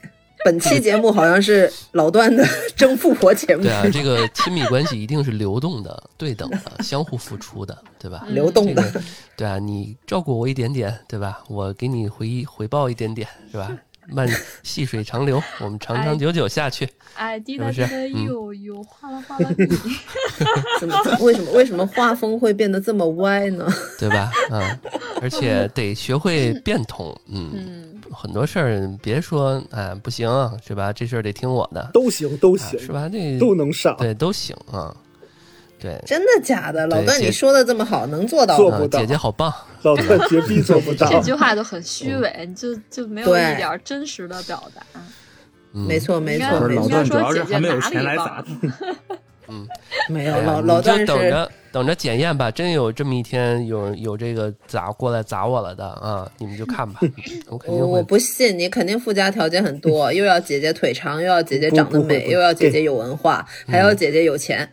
S1: 本期节目好像是老段的 征富婆节目
S2: 对，啊，这个亲密关系一定是流动的、对等的、相互付出的，对吧？
S1: 流动的
S2: 这个对啊，你照顾我一点点，对吧？我给你回回报一点点，是吧？慢细水长流，我们长长久久下去。
S4: 哎，滴答滴
S2: 是不
S4: 答
S2: 是嗯
S4: 呦呦，哗啦哗啦滴。
S1: 怎 么怎么为什么为什么画风会变得这么歪呢？
S2: 对吧？啊，而且得学会变通，嗯，
S4: 嗯，
S2: 很多事儿别说哎不行啊，是吧？这事儿得听我的，
S3: 都行，都
S2: 啊
S3: 行，
S2: 是吧？这
S3: 都能上，
S2: 对都行啊，对。
S1: 真的假的？老段，
S2: 姐
S1: 你说的这么好，能做到
S3: 做
S1: 吗？
S2: 啊
S3: 不，到
S2: 姐姐好棒！
S3: 老段绝逼做不到。
S4: 这句话就很虚
S2: 哦
S4: 伪，你就就没有
S1: 对
S4: 一点儿真实的表达。
S2: 嗯、
S1: 没，错，没
S4: 应该
S1: 错，
S5: 不是
S1: 没
S5: 老
S1: 错，
S4: 应
S5: 段主
S4: 该说
S5: 要是
S4: 姐姐
S5: 还没有
S4: 哪
S5: 钱来
S4: 里
S5: 砸
S4: 棒
S5: 他。
S1: 没有
S2: 哎呀
S1: 老老
S2: 你就
S1: 段
S2: 等
S1: 是
S2: 着等着检验吧，真有这么一天，有有这个砸过来砸我了的啊，你们就看 吧，我肯
S1: 我
S2: 定
S1: 我
S2: 会。嗯
S1: 不信，你肯定附加条件很多，又要姐姐腿长，又要姐姐长得
S3: 不不会
S1: 美，
S3: 不会
S1: 又要姐姐有文化，还
S2: 嗯
S1: 要姐姐有钱。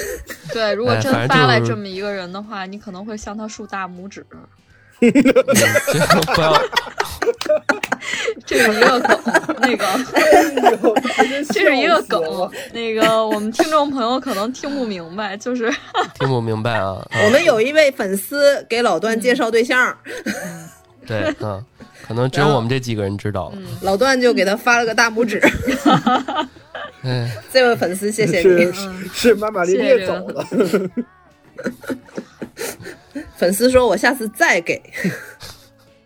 S4: 对，如果
S2: 哎
S4: 真
S2: 反正
S4: 发
S2: 就
S4: 来
S2: 是
S4: 这么一个人的话，你可能会向他竖大拇指。
S2: 这个不要，
S4: 这是一个梗，那个这是一个梗，那个我们听众朋友可能听不明白，就是
S2: 听不明白啊。啊
S1: 我们有一位粉丝给老段介绍对象，
S2: 对啊，可能只有我们这几个人知道了。
S1: 老段就给他发了个大拇指。
S2: 哎，
S1: 这位粉丝，谢谢
S3: 是
S1: 你。
S3: 是是，妈妈烈烈走了，
S1: 粉丝说：“我下次再给。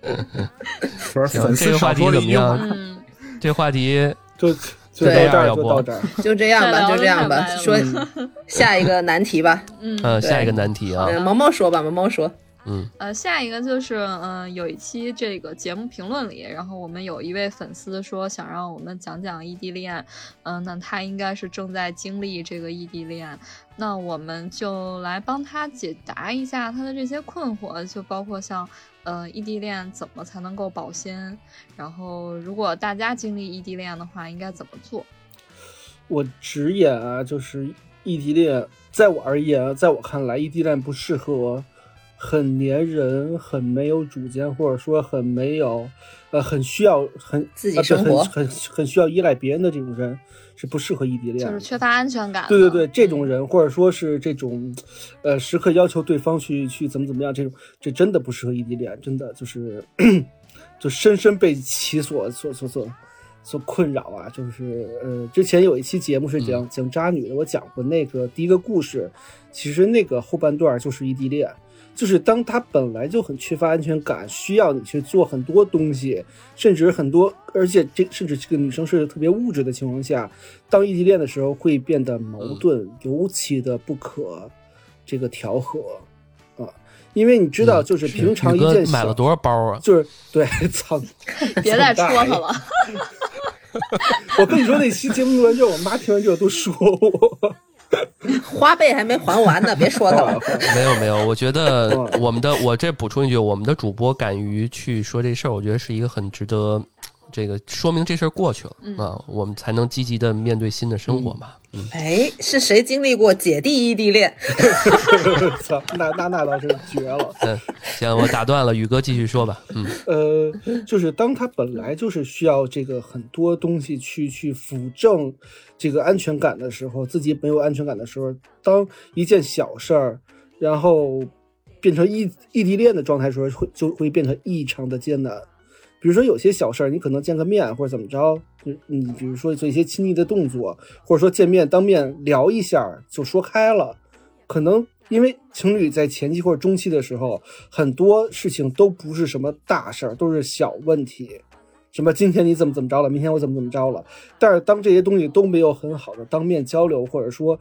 S5: 不是
S2: 行，
S5: 粉
S2: 这
S5: 丝
S2: 个话
S5: 少
S2: 题
S5: 说了
S2: 怎
S5: 一
S2: 么
S5: 句话，
S2: 样？
S4: 嗯，
S2: 这话题
S3: 就就到
S1: 对
S3: 这儿，
S2: 要不
S3: 就到这儿。”
S1: 就这样吧，
S4: 再聊
S1: 就这样吧
S4: 太白。了
S1: 说下一个难题吧。
S4: 嗯
S2: 呃，
S1: 对
S2: 下一个难题啊，
S3: 哎
S1: 嗯，毛毛说吧，毛毛说。
S2: 嗯，
S4: 呃，下一个就是，嗯、有一期这个节目评论里，然后我们有一位粉丝说想让我们讲讲异地恋，嗯、那他应该是正在经历这个异地恋，那我们就来帮他解答一下他的这些困惑，就包括像，呃，异地恋怎么才能够保鲜，然后如果大家经历异地恋的话，应该怎么做？
S3: 我直言啊，就是异地恋，在我而言啊，在我看来，异地恋不适合很粘人、很没有主见，或者说很没有，呃，很需要很
S1: 自己
S3: 啊对
S1: 生活
S3: 很很很需要依赖别人的这种人是不适合异地恋
S4: 就
S3: 的。
S4: 是缺乏安全感的。
S3: 对对对，这种
S4: 嗯
S3: 人或者说是这种，呃，时刻要求对方去去怎么怎么样，这种这真的不适合异地恋，真的就是 就深深被其所所所所所困扰啊！就是呃，之前有一期节目是讲、讲渣女的，我讲过那个第一个故事，其实那个后半段就是异地恋。就是当他本来就很缺乏安全感，需要你去做很多东西，甚至很多，而且这甚至这个女生是特别物质的情况下，当异地恋的时候会变得矛盾，尤其的不可这个调和啊，因为你知道，就是平常
S2: 宇
S3: 一
S2: 哥
S3: 件小、
S2: 买了多少包啊？
S3: 就是对， 操，
S4: 别再
S3: 操大哎
S4: 戳他
S3: 爷
S4: 了。
S3: 我跟你说，那期节目录完之后，我妈听完之后都说我，
S1: 花呗还没还完呢，别说他了。
S2: 没有没有，我觉 得
S3: 哇
S2: 我们的我这补充一句，我们的主播敢于去说这事儿，我觉得是一个很值得这个说明这事儿过去了、啊，我们才能积极的面对新的生
S3: 嗯
S2: 活嘛。
S1: 哎，是谁经历过姐弟异地恋？
S3: 操，那那那倒是绝了。
S2: 嗯，行，我打断了，宇哥继续说吧。嗯，
S3: 呃，就是当他本来就是需要这个很多东西去去辅证这个安全感的时候，自己没有安全感的时候，当一件小事儿，然后变成异异地恋的状态的时候，会就会变得异常的艰难。比如说有些小事儿，你可能见个面或者怎么着，就你比如说做一些亲昵的动作，或者说见面当面聊一下就说开了，可能因为情侣在前期或者中期的时候，很多事情都不是什么大事儿，都是小问题。什么今天你怎么怎么着了，明天我怎么怎么着了。但是当这些东西都没有很好的当面交流，或者说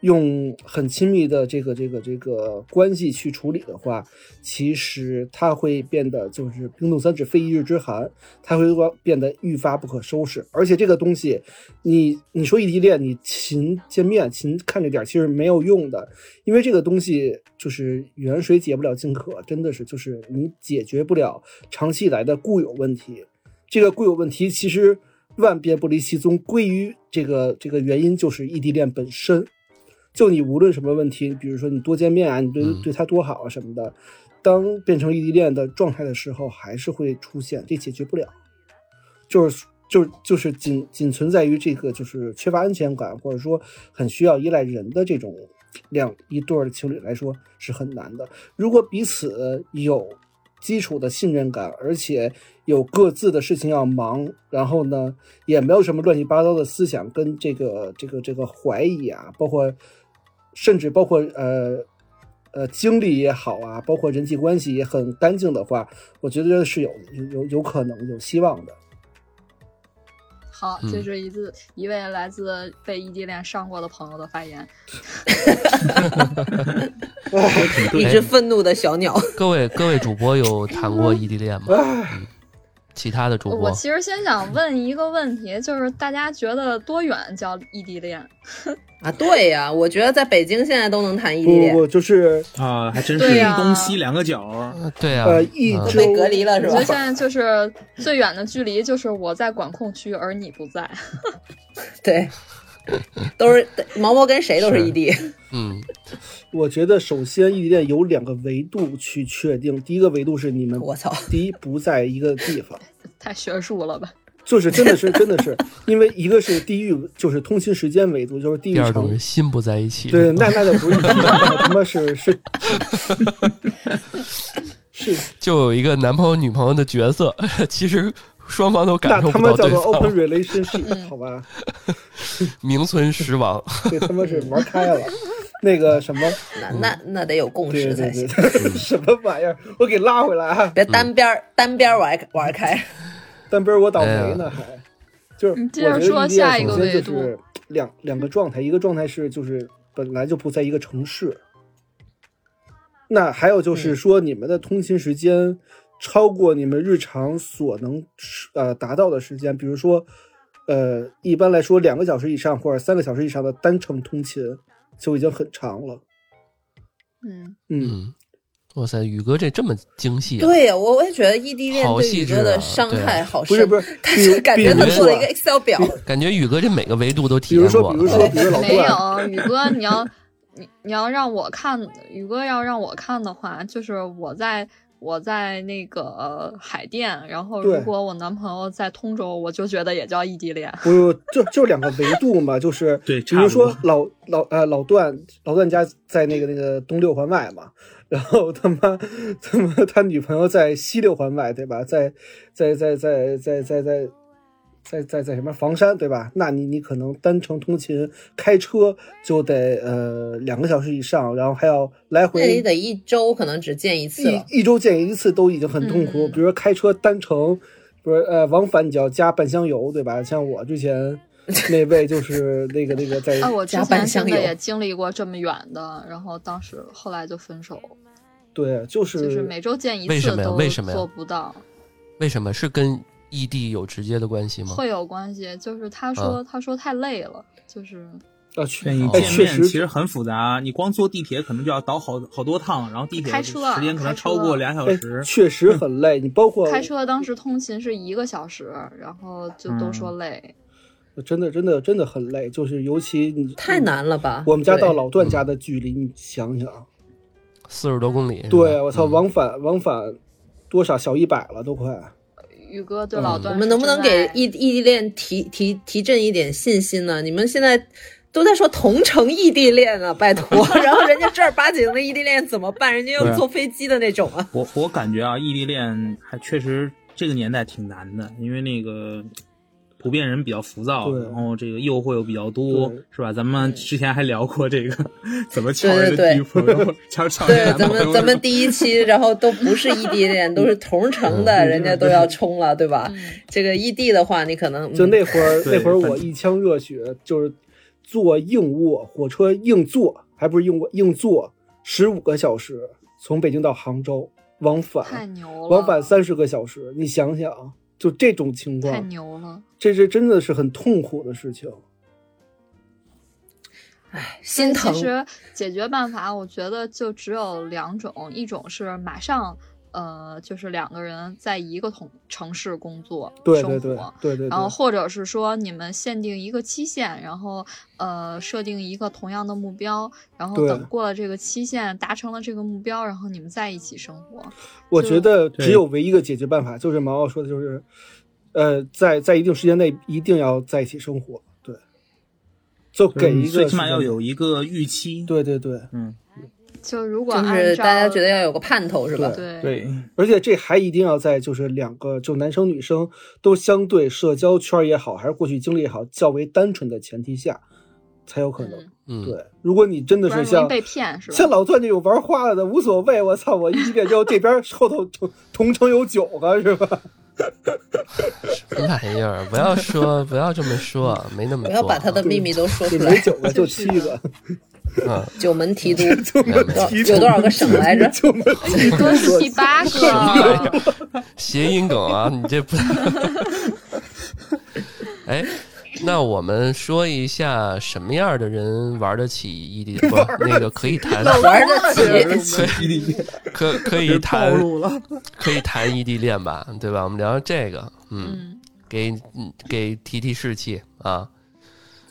S3: 用很亲密的这个这个这个关系去处理的话，其实它会变得就是冰冻三尺非一日之寒，它会变得愈发不可收拾。而且这个东西，你你说异地恋，你勤见面、勤看着点儿，其实没有用的，因为这个东西就是远水解不了近渴，真的是就是你解决不了长期以来的固有问题。这个固有问题其实万变不离其宗，归于这个这个原因就是异地恋本身。就你无论什么问题，比如说你多见面啊，你对
S2: 嗯
S3: 对他多好啊什么的，当变成异地恋的状态的时候，还是会出现，这解决不了。就是就就是仅仅存在于这个就是缺乏安全感，或者说很需要依赖人的这种两一对儿的情侣来说是很难的。如果彼此有基础的信任感，而且有各自的事情要忙，然后呢，也没有什么乱七八糟的思想跟这个这个这个怀疑啊，包括甚至包括呃呃经历也好啊，包括人际关系也很干净的话，我觉得是有有有有可能有希望的。
S4: 好，
S2: 嗯
S4: 这是一次一位来自被异地恋上过的朋友的发言。
S1: 一只愤怒的小鸟。
S2: 各位各位主播有谈过异地恋吗？
S3: 唉，
S2: 其他的主
S4: 我
S2: 播
S4: 其实先想问一个问题，就是大家觉得多远叫异地恋？
S1: 啊，对呀、我觉得在北京现在都能谈异
S3: 不
S1: 地
S3: 不
S1: 恋，
S3: 不，就是
S5: 啊，还真
S4: 对
S5: 是
S4: 呀
S5: 东西两个角儿。
S2: 呃对啊，
S3: 呃一
S2: 嗯
S1: 都
S3: 周
S1: 被隔离了是
S4: 我
S1: 吧
S4: 觉得？现在就是最远的距离，就是我在管控区，而你不在。
S1: 对，都是毛毛跟谁都是
S2: 是
S1: 异地，
S2: 嗯，
S3: 我觉得首先异地恋有两个维度去确定，第一个维度是你们
S1: 我操，
S3: 第一不在一个地方，
S4: 太学术了吧？
S3: 就是真的是真的 是，因为一个是地域，就是通勤时间维度，就是地域
S2: 第二
S3: 长
S2: 种是心不在一起。
S3: 对，那那就不是异地恋，那他妈是 是是
S2: 就有一个男朋友女朋友的角色， 其实双方都
S3: 那
S2: 感受
S3: 他
S2: 不
S3: 妈
S2: 到
S3: 叫
S2: 对
S3: 做 open
S1: 嗯
S2: 方，
S3: relationship 好吧？
S2: 名存实亡。
S3: 这他妈是玩开了，那个什么，
S1: 那那那得有共
S3: 对
S1: 识
S3: 对
S1: 才行
S3: 对，， 什么玩意儿？我给拉回来啊！
S1: 别单边儿单边儿玩玩开。
S3: 但不是我倒霉呢，还就是
S4: 你
S3: 我
S4: 接
S3: 觉
S4: 着
S3: 得
S4: 说
S3: 异地恋
S4: 下一个
S3: 首先
S4: 维
S3: 就
S4: 度
S3: 是两两个状态，一个状态是就是本来就不在一个城市，那还有就是
S4: 嗯
S3: 说你们的通勤时间超过你们日常所能呃达到的时间，比如说呃一般来说两个小时以上或者三个小时以上的单程通勤就已经很长了，
S4: 嗯，
S3: 嗯，
S2: 嗯，哇塞，宇哥这这么精细啊！
S1: 对呀、我我也觉得异地恋
S2: 好
S1: 对
S2: 细
S1: 宇
S2: 致
S1: 哥的
S2: 啊
S1: 伤
S2: 对
S1: 害好
S3: 不
S1: 深，
S3: 是不是，
S1: 他
S3: 比如
S1: 是感
S3: 比
S1: 觉他
S3: 如
S1: 做了
S3: 说
S1: 一个 Excel 表，
S2: 感觉宇哥这每个维度都
S3: 比
S2: 体
S3: 如
S2: 验
S3: 说
S2: 过
S3: 比如说
S2: 了。啊
S3: 比哦如老
S4: 没
S3: 段。
S4: 有，宇哥，你要你你要让我看，宇哥要让我看的话，就是我在我在那个、呃海淀，然后如
S3: 对
S4: 果我男朋友在通州，我就觉得也叫异地恋。
S3: 不，就就两个维度嘛，就是
S5: 对
S3: 比如
S5: 差
S3: 说
S5: 不
S3: 老老呃老段老段家在那个那个东六环外嘛，然后他妈他妈他女朋友在西六环外，对吧？在在在在在在在在在在什么房山，对吧？那你你可能单程通勤开车就得呃两个小时以上，然后还要来
S1: 那你
S3: 回
S1: 哎得一周可能只见一次了。
S3: 一一周见一次都已经很痛苦。
S4: 嗯
S3: 比如说开车单程，比如说呃往返你就要加半箱油，对吧？像我之前那位就是那个那个 在
S4: 啊，我之
S1: 加半
S4: 前真
S1: 箱油
S4: 的也经历过这么远的，然后当时后来就分手了，
S3: 对，就是
S4: 就是每周见一
S2: 为什
S4: 次
S2: 么呀
S4: 都
S2: 为什么呀
S4: 做不到，
S2: 为什么是跟异地有直接的关系吗？
S4: 会有关系。就是他说、他说太累了，就是
S3: 啊去
S5: 对你
S3: 哎
S5: 见
S3: 确
S5: 面
S3: 实
S5: 其实很复杂，你光坐地铁可能就要倒好好多趟，然后地铁
S4: 开车啊
S5: 时间可能超过两小
S3: 哎
S5: 时。
S3: 确实很累。你包括
S4: 开车当时通勤是一个小时，然后就都说累。
S3: 真的真的真的很累，就是尤其你
S1: 太。难了吧？
S3: 嗯我们家到
S1: 对
S3: 老段家的距离，你想想，
S2: 四十多公里。是吧
S3: 对我操，
S2: 嗯
S3: 往返往返多少小一百了都快。
S4: 宇哥对
S3: 嗯
S4: 老段、
S1: 我们能不能给异异地恋提提提振一点信心呢？你们现在都在说同城异地恋啊， 拜 托，然后人家正儿八经的异地恋怎么办？人家
S5: 对
S1: 又
S5: 啊
S1: 坐飞机的那种啊，
S5: 我我感觉啊，异地恋还确实这个年代挺难的，因为那个普遍人比较浮躁，
S3: 对
S5: 然后这个诱惑又比较多
S3: 对，
S5: 是吧？咱们之前还聊过这个 怎么撬
S1: 对对
S5: 人的地步，然 后抢抢
S1: 对
S3: 啊
S5: 人，
S1: 咱
S5: 男朋
S1: 们
S5: 友
S1: 咱们第一期，然后都不是异地 恋，都是同城
S3: 嗯
S1: 的，人家都要冲了，对吧？
S4: 嗯
S1: 这个异地的话，你可能嗯
S3: 就那会儿，
S5: 对
S3: 那会儿我
S5: 反正
S3: 一腔热血，就是坐硬卧火车硬坐，还不是硬卧硬坐十五个小时，从北京到杭州往
S4: 太
S3: 返，
S4: 牛了，
S3: 往返三十个小时，你想想，就这种情
S4: 太
S3: 况，
S4: 牛了。
S3: 这是真的是很痛苦的事情。
S1: 心疼
S4: 其。实解决办法，我觉得就只有两种，一种是马上，呃，就是两个人在一个同城市工作
S3: 对
S4: 生
S3: 对
S4: 活。
S3: 对对对对
S4: 然后，或者是说你们限定一个期限，然后呃设定一个同样的目标，然后
S3: 对
S4: 等过了这个期限，达成了这个目标，然后你们在一起生活。
S3: 我
S4: 就
S3: 觉得只
S5: 对
S3: 有唯一一个解决办法，就是毛毛说的，就是，呃，在在一定时间内一定要在一起生活，对，就给一
S5: 嗯
S3: 个
S5: 最起码
S3: 时间
S5: 要有一个预期，
S3: 对对对。
S5: 嗯，
S4: 就如果
S1: 就
S4: 按
S1: 是
S4: 照
S1: 大家觉得要有个盼头，是吧？
S4: 对
S5: 对，
S3: 而且这还一定要在就是两个就男生女生都相对社交圈儿也好，还是过去经历也好，较为单纯的前提下，才有可能。
S4: 嗯，
S2: 嗯，
S3: 对，如果你真的
S4: 不
S3: 是
S4: 然容易
S3: 像
S4: 被骗是吧？
S3: 像老段这种玩花了的无所谓，我操，我异地恋交这边 后头同同城有九个是吧？
S2: 什么玩意儿？不要说， 不要这么说，没那么
S1: 不
S2: 多。
S1: 要把他的秘密都说出
S3: 也没
S1: 来。
S3: 九个，就七个，
S2: 嗯，
S1: 九门提 督
S2: 没有没有
S1: 有有多少个省来着？
S3: 就没七
S4: 多
S3: 个。
S4: 七八
S2: 什么玩意
S4: 个，
S2: 儿？谐音 梗啊，你这不…… 哎，那我们说一下什么样的人玩得起异地？不， 那个可以谈，
S1: 玩得起，
S5: 异地恋
S2: 可可以
S5: 别暴
S2: 谈，
S5: 露了，
S2: 可以谈异地恋吧，对吧？我们聊聊这个，嗯，
S4: 嗯，
S2: 给嗯给提提士气啊，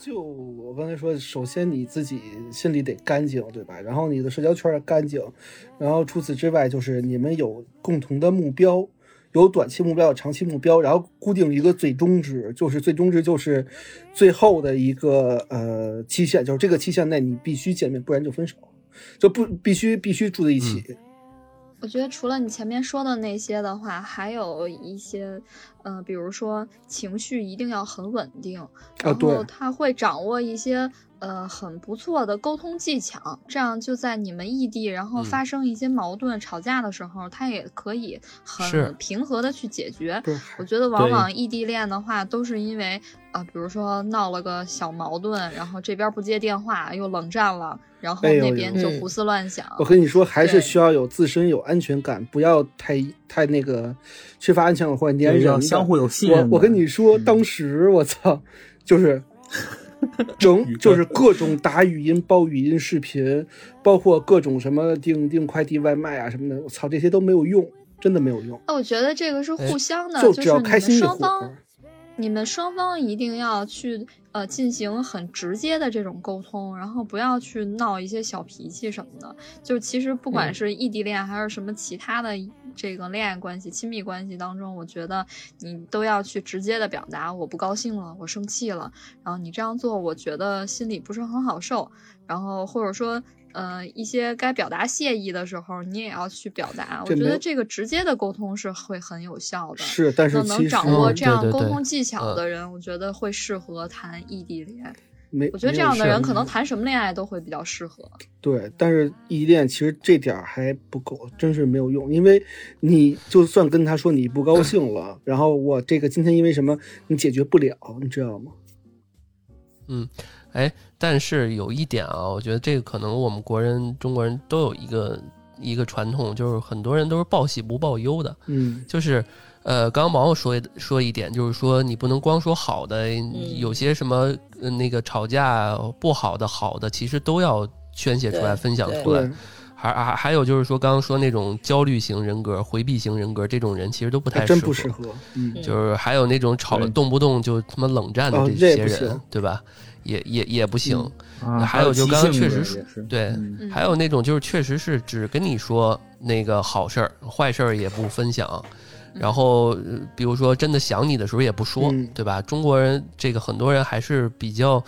S3: 就我刚才说，首先你自己心里得干净，对吧？然后你的社交圈儿干净，然后除此之外，就是你们有共同的目标，有短期目标，有长期目标，然后固定一个最终值，就是最终值就是最后的一个呃期限，就是这个期限内你必须见面，不然就分手，就不必须必须住在一起。
S4: 我觉得除了你前面说的那些的话，还有一些，呃，比如说情绪一定要很稳定，
S5: 嗯
S3: 啊
S4: 然
S3: 哦对
S4: 后他会掌握一些呃很不错的沟通技巧，这样就在你们异地，然后
S2: 嗯
S4: 发生一些矛盾、吵架的时候，他也可以
S2: 是
S4: 很平和的去解决。
S3: 对，
S4: 我觉得往
S5: 对
S4: 往异地恋的话，都是因为啊、比如说闹了个小矛盾，然后这边不接电话，又冷战了，然后
S3: 哎呦
S4: 那
S3: 呦
S4: 边就
S1: 嗯
S4: 胡思乱想。
S3: 我跟你说，还是
S4: 对
S3: 需要有自身有安全感，不要太太那个缺乏安全感或者粘人
S5: 对要
S3: 的
S5: 相互有信任
S3: 我
S5: 的。
S3: 我跟你说，当时我操，就是整就是各种打语音、包语音、视频，包括各种什么订订快递、外卖啊什么的，我操，这些都没有用，真的没有用，
S4: 那我觉得这个是
S3: 哎
S4: 互相的，
S3: 就
S4: 就
S3: 只
S4: 是
S3: 要
S4: 你
S3: 开
S4: 们
S3: 心就
S4: 双
S3: 火。
S4: 方，你们双方一定要去呃进行很直接的这种沟通，然后不要去闹一些小脾气什么的。就其实不
S3: 嗯
S4: 管是异地恋还是什么其他的这个恋爱关系、亲密关系当中，我觉得你都要去直接的表达我不高兴了，我生气了，然后你这样做，我觉得心里不是很好受。然后或者说，呃，一些该表达谢意的时候，你也要去表达。我
S3: 这
S4: 觉
S3: 没
S4: 得
S3: 有
S4: 这个直接的沟通是会很有效的。
S3: 是，但
S4: 那
S3: 是
S4: 能
S3: 其实
S4: 掌握
S2: 嗯
S4: 这样
S2: 对对
S4: 沟
S2: 对
S4: 通技巧
S3: 呃
S4: 的人，我觉得会适合谈异地恋。
S3: 没，
S4: 我觉得
S3: 没
S4: 这
S3: 有
S4: 样的人
S3: 事嗯
S4: 可能谈什么恋爱都会比较适合。
S3: 对，但是异地恋其实这点儿还不够，真是没有用，因为你就算跟他说你不高兴了，然后我这个今天因为什么你解决不了，你知道吗？
S2: 哎，但是有一点啊，我觉得这个可能我们国人、中国人都有一个一个传统，就是很多人都是报喜不报忧的。
S3: 嗯，
S2: 就是，呃，刚刚毛毛说一说一点，就是说你不能光说好的，
S3: 嗯
S2: 有些什么、呃那个吵架不好的、好的，其实都要宣泄出
S1: 对
S2: 来、分享出来
S3: 对。，
S2: 还还还有就是说，刚刚说那种焦虑型人格、回避型人格这种人，其实都不
S3: 还
S2: 太
S3: 真
S2: 合。
S3: 不适合。嗯，
S2: 就是还有那种吵了
S5: 对
S2: 动不动就他妈冷战的
S3: 哦
S2: 这
S3: 这也
S2: 些
S3: 不
S2: 人，
S3: 行嗯
S2: 对吧？也也也不行。
S5: 啊
S2: 嗯还有就
S5: 急
S2: 刚刚
S5: 性
S2: 确
S5: 子
S2: 实
S5: 也是
S2: 对
S5: 嗯
S4: 嗯
S2: 还有那种就是确实是只跟你说那个好事儿，坏事儿也不分享。
S4: 嗯
S2: 然后，呃比如说真的想你的时候也不说，
S3: 嗯
S2: 对吧？中国人这个很多人还是比较，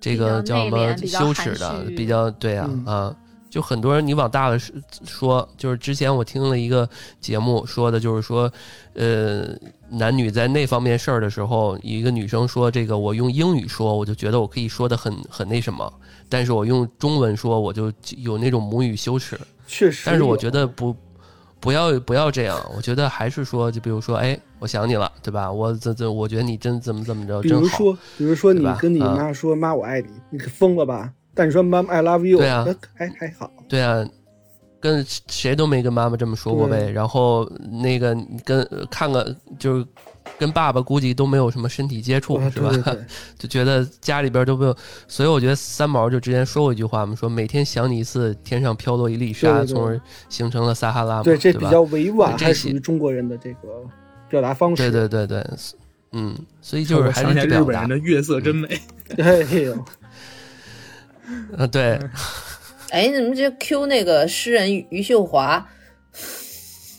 S2: 这个
S4: 比较
S2: 叫什么
S4: 内敛比较
S2: 羞耻
S4: 含
S2: 的，
S4: 蓄
S2: 比较对啊、
S3: 嗯
S2: 啊，就很多人你往大了说说，就是之前我听了一个节目说的，就是说，呃，男女在那方面事儿的时候，一个女生说这个我用英语说，我就觉得我可以说的很很那什么，但是我用中文说，我就有那种母语羞耻。
S3: 确实有。
S2: 但是我觉得不，不要不要这样。我觉得还是说，就比如说，哎，我想你了，对吧？我怎怎，我觉得你真怎么怎么着，
S3: 比
S2: 真
S3: 如
S2: 好。
S3: 说，比如说
S2: 对
S3: 你
S2: 吧
S3: 跟你
S2: 啊
S3: 妈说“妈，我爱你”，你可疯了吧？但你说 “Mom, I love you”，
S2: 对啊
S3: 那还还好。
S2: 对啊，跟谁都没跟妈妈这么说过呗。
S3: 对
S2: 然后那个你跟呃看个就是跟爸爸估计都没有什么身体接触，
S3: 啊
S2: 是
S3: 对
S2: 吧？
S3: 对对
S2: 就觉得家里边都没有，所以我觉得三毛就之前说过一句话嘛，说每天想你一次，天上飘落一粒沙，
S3: 对对对
S2: 从而形成了撒哈拉嘛，
S3: 对，这
S2: 吧
S3: 比较委婉，
S2: 这
S3: 还
S2: 些
S3: 属于中国人的这个表达方式。
S2: 对对对对，嗯，所以就是
S5: 我
S2: 还
S5: 想
S2: 是
S5: 起来
S2: 得
S5: 日
S2: 表
S5: 本
S2: 达
S5: 人，的月色真美。
S3: 哎呦，
S2: 嗯，对，
S1: 哎，你们这 Q 那个诗人余秀华，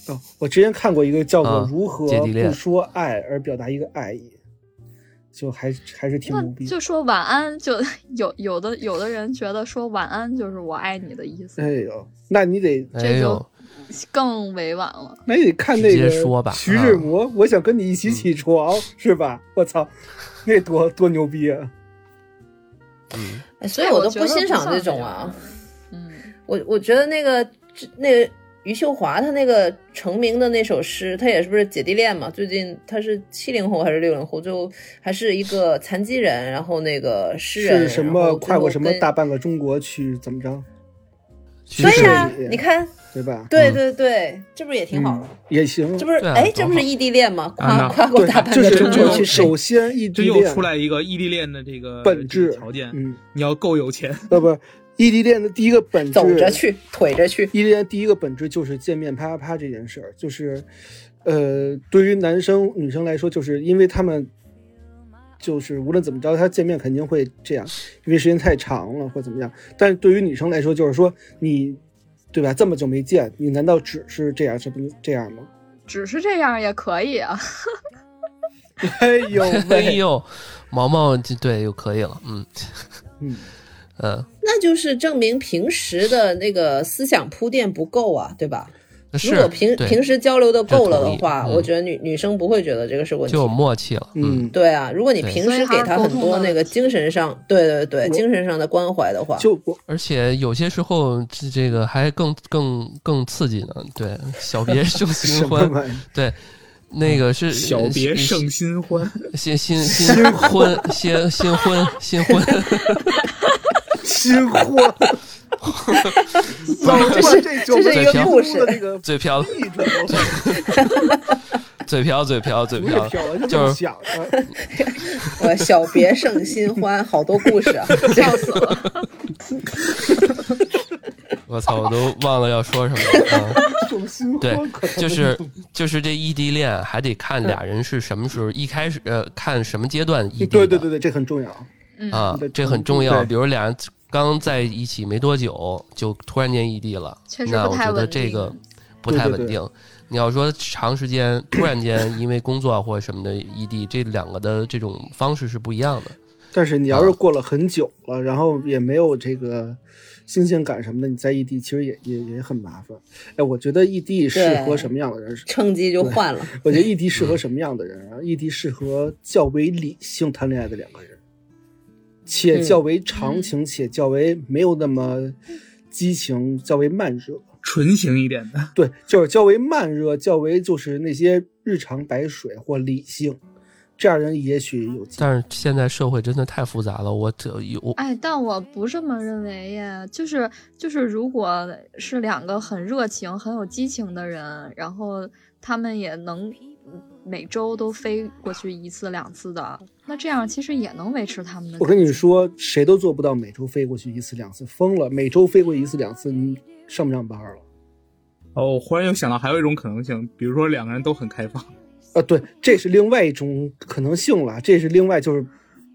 S3: 哦，我之前看过一个叫做
S2: 啊
S3: 《如何
S2: 姐弟恋
S3: 不说爱而表达一个爱意》，就还还是挺牛逼
S4: 那。就说晚安，就有有的有的人觉得说晚安就是我爱你的意思，
S3: 哎呦，那你得
S2: 哎
S4: 这
S2: 呦
S4: 就，更委婉了。
S3: 那你得看那
S2: 直
S3: 个
S2: 接说吧啊嗯
S3: 徐志摩，我想跟你一起起床， 是吧？我操，那多多牛逼啊！
S2: 嗯，
S1: 哎，所以
S4: 哎
S1: 我都
S4: 觉
S1: 不
S4: 得
S1: 欣赏
S4: 像
S1: 这种啊。
S4: 这样的嗯人。
S1: 我我觉得那个那个余秀华，她那个成名的那首诗，她也是不是姐弟恋嘛？最近她是七零后还是六零后？就还是一个残疾人，然后那个诗人，
S3: 是什
S1: 然
S3: 么
S1: 后最
S3: 跨
S1: 后
S3: 过什么
S1: 跟
S3: 大半个中国去怎么着，
S2: 其
S1: 所
S2: 实
S1: 以啊
S3: 是，
S1: 你看，
S3: 对吧？
S1: 对
S2: 嗯
S1: 对对，这不是也挺好的？
S3: 嗯，也行。
S1: 这不是
S2: 对啊
S1: 哎，
S2: 多
S1: 这不是
S2: 好
S1: 异地恋吗？
S5: 啊
S1: 跨
S5: 那
S1: 跨过
S3: 对
S1: 大，半
S3: 就
S1: 个
S3: 是
S1: 中
S3: 就
S1: 国
S3: 是
S1: 去
S3: 首先异
S5: 这
S3: 地
S5: 又
S3: 恋
S5: 出来一个异地恋的这个
S3: 本
S5: 这个
S3: 质
S5: 条件，
S3: 嗯，
S5: 你要够有钱，
S3: 呃不，异地恋的第一个本质
S1: 走着去，腿着去，
S3: 异地恋，E 第一个本质就是见面啪啪啪这件事儿，就是，呃，对于男生女生来说，就是因为他们，就是无论怎么着，他见面肯定会这样，因为时间太长了或怎么样。但是对于女生来说，就是说你，对吧？这么久没见，你难道只是这样，这不这样 吗？
S4: 嗯，只是这样也可以啊。
S3: 哎 呦
S2: 哎
S3: 喂，
S2: 呦，毛毛就对又可以了，嗯
S3: 嗯，
S2: 嗯，
S1: 那就是证明平时的那个思想铺垫不够啊，对吧？如
S2: 是
S1: 果平
S2: 对
S1: 平时交流的够了
S2: 这
S1: 的
S2: 同意
S1: 话，
S2: 嗯
S1: 我觉得女女生不会觉得这个是问题
S2: 就。有默契了，嗯，
S3: 嗯，
S1: 对啊，如果你
S2: 对
S1: 平
S4: 所以
S1: 时
S4: 还
S1: 给
S4: 是
S1: 她
S4: 沟
S1: 很
S4: 通
S1: 多
S4: 的
S1: 那
S4: 问
S1: 个精神上，对对对，
S3: 我
S1: 精神上的关怀的话，
S3: 就我
S2: 而且有些时候这这个还更更更刺激呢，对，小别胜
S3: 什
S2: 新
S3: 么
S2: 婚，
S3: 玩 意儿？
S2: 对，那个是
S5: 嗯
S2: 呃
S5: 小
S1: 呃
S5: 别胜新 欢。
S2: 新新新婚新新婚新婚，
S3: 新货， 老
S1: 这
S3: 说
S1: 是
S3: 这
S1: 这是
S2: 一个
S1: 故事
S3: 的那个
S2: 嘴瓢
S3: 地 主，
S2: 嘴瓢嘴瓢嘴
S3: 我也
S2: 瓢，
S3: 飘了，就这
S2: 就
S3: 么
S2: 是
S3: 想的。
S1: 我呃小别胜新欢，好多故 事啊，笑死了。
S2: 我操，我都忘了要说什么了。嗯
S3: 种新欢
S2: 对
S3: 可能
S2: 就是就是这异地恋还得看俩人是什么时候一开始呃看什么阶段异地的，
S3: 对对对对，这很重要。
S4: 嗯，
S2: 啊
S3: 你的，
S2: 这
S3: 程
S2: 很
S3: 度
S2: 重要。
S5: 对
S2: 比如俩人刚在一起没多久，就突然间异地了，
S4: 确实
S2: 那
S4: 不
S2: 我
S4: 太
S2: 觉得
S4: 稳
S2: 这
S4: 定啊
S2: 个不
S3: 对
S2: 太
S3: 对
S2: 稳
S3: 对
S2: 定。你要说长时间突然间因为工作啊或者什么的异地，这两个的这种方式是不一样的。
S3: 但是你要是过了很久了，然后也没有这个新鲜感什么的，你在异地其实也也也很麻烦。哎，我觉得异地适合什么样的人？
S1: 趁机就
S3: 对
S1: 换了，
S3: 我觉得异地适合什么样的人啊？异地适合较为理性谈恋爱的两个人，且
S1: 嗯
S3: 较为长情，且较为没有那么激情，较为慢热。
S5: 纯情一点的，
S3: 对，就是较为慢热，较为就是那些日常白水或理性，这样人也许有机会。
S2: 但是现在社会真的太复杂了，我这有
S4: 哎，但我不这么认为耶。就是就是，如果是两个很热情、很有激情的人，然后他们也能嗯每周都飞过去一次两次的，那这样其实也能维持他们的。
S3: 我跟你，说，谁都做不到每周飞过去一次两次，疯了！每周飞过一次两次，你上不上班了？
S5: 哦，我忽然又想到还有一种可能性，比如说两个人都很开放，
S3: 啊，对，这是另外一种可能性了，这是另外就是，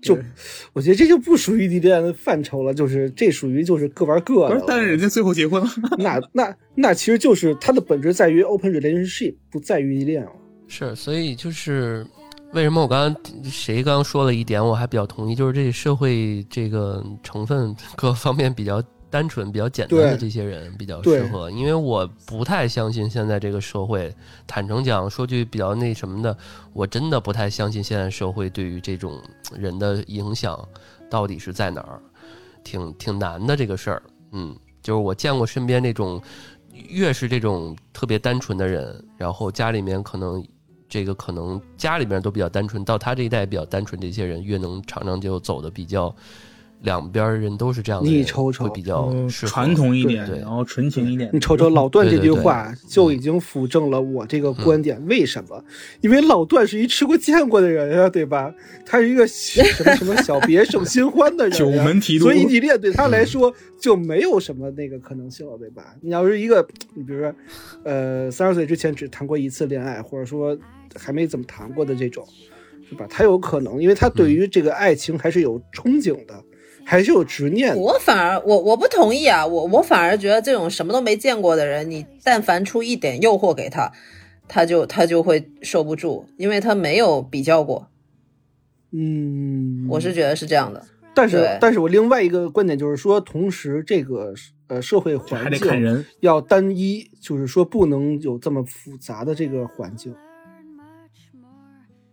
S3: 就
S5: 对
S3: 我觉得这就不属于异地恋的范畴了，就是这属于就是各玩各的
S5: 不是
S3: 了。，
S5: 但是人家最后结婚了，
S3: 那那那其实就是它的本质在于 open relationship，不在于异地恋了。
S2: 是，所以就是为什么我刚刚谁 刚刚说了一点，我还比较同意，就是这社会这个成分各方面比较单纯、比较简单的这些人比较适合，因为我不太相信现在这个社会。坦诚讲，说句比较那什么的，我真的不太相信现在社会对于这种人的影响到底是在哪儿，挺挺难的这个事儿。嗯，就是我见过身边那种，越是这种特别单纯的人，然后家里面可能。这个可能家里面都比较单纯，到他这一代比较单纯，这些人越能常常就走的比较，两边人都是这样的人，
S3: 你瞅瞅
S2: 会比较
S5: 嗯
S2: 适合
S5: 传统一点，
S2: 哦
S5: 哦
S2: 对
S5: 然后纯情一点
S3: 你。瞅瞅老段这句
S1: 嗯
S3: 话就已经辅证了我这个观点，为什么？因为老段是一吃过见过的人呀、对吧？他是一个什么什么小别胜新欢的人、呀
S5: 九门提督
S3: 所以你练对他
S1: 嗯
S3: 来说就没有什么那个可能性了，对吧？你要是一个，你比如说，呃，三十岁之前只谈过一次恋爱，或者说还没怎么谈过的这种，是吧？他有可能，因为他
S1: 嗯
S3: 对于这个爱情还是有憧憬的，还是有执念的。
S1: 我反而我我不同意啊，我我反而觉得这种什么都没见过的人，你但凡出一点诱惑给他，他就他就会受不住，因为他没有比较过。
S3: 嗯，
S1: 我是觉得是这样的，
S3: 但是
S1: 对，
S3: 但是我另外一个观点就是说，同时这个呃社会
S5: 还
S3: 环
S5: 得看
S3: 境
S5: 人，
S3: 要单一，就是说不能有这么复杂的这个环境。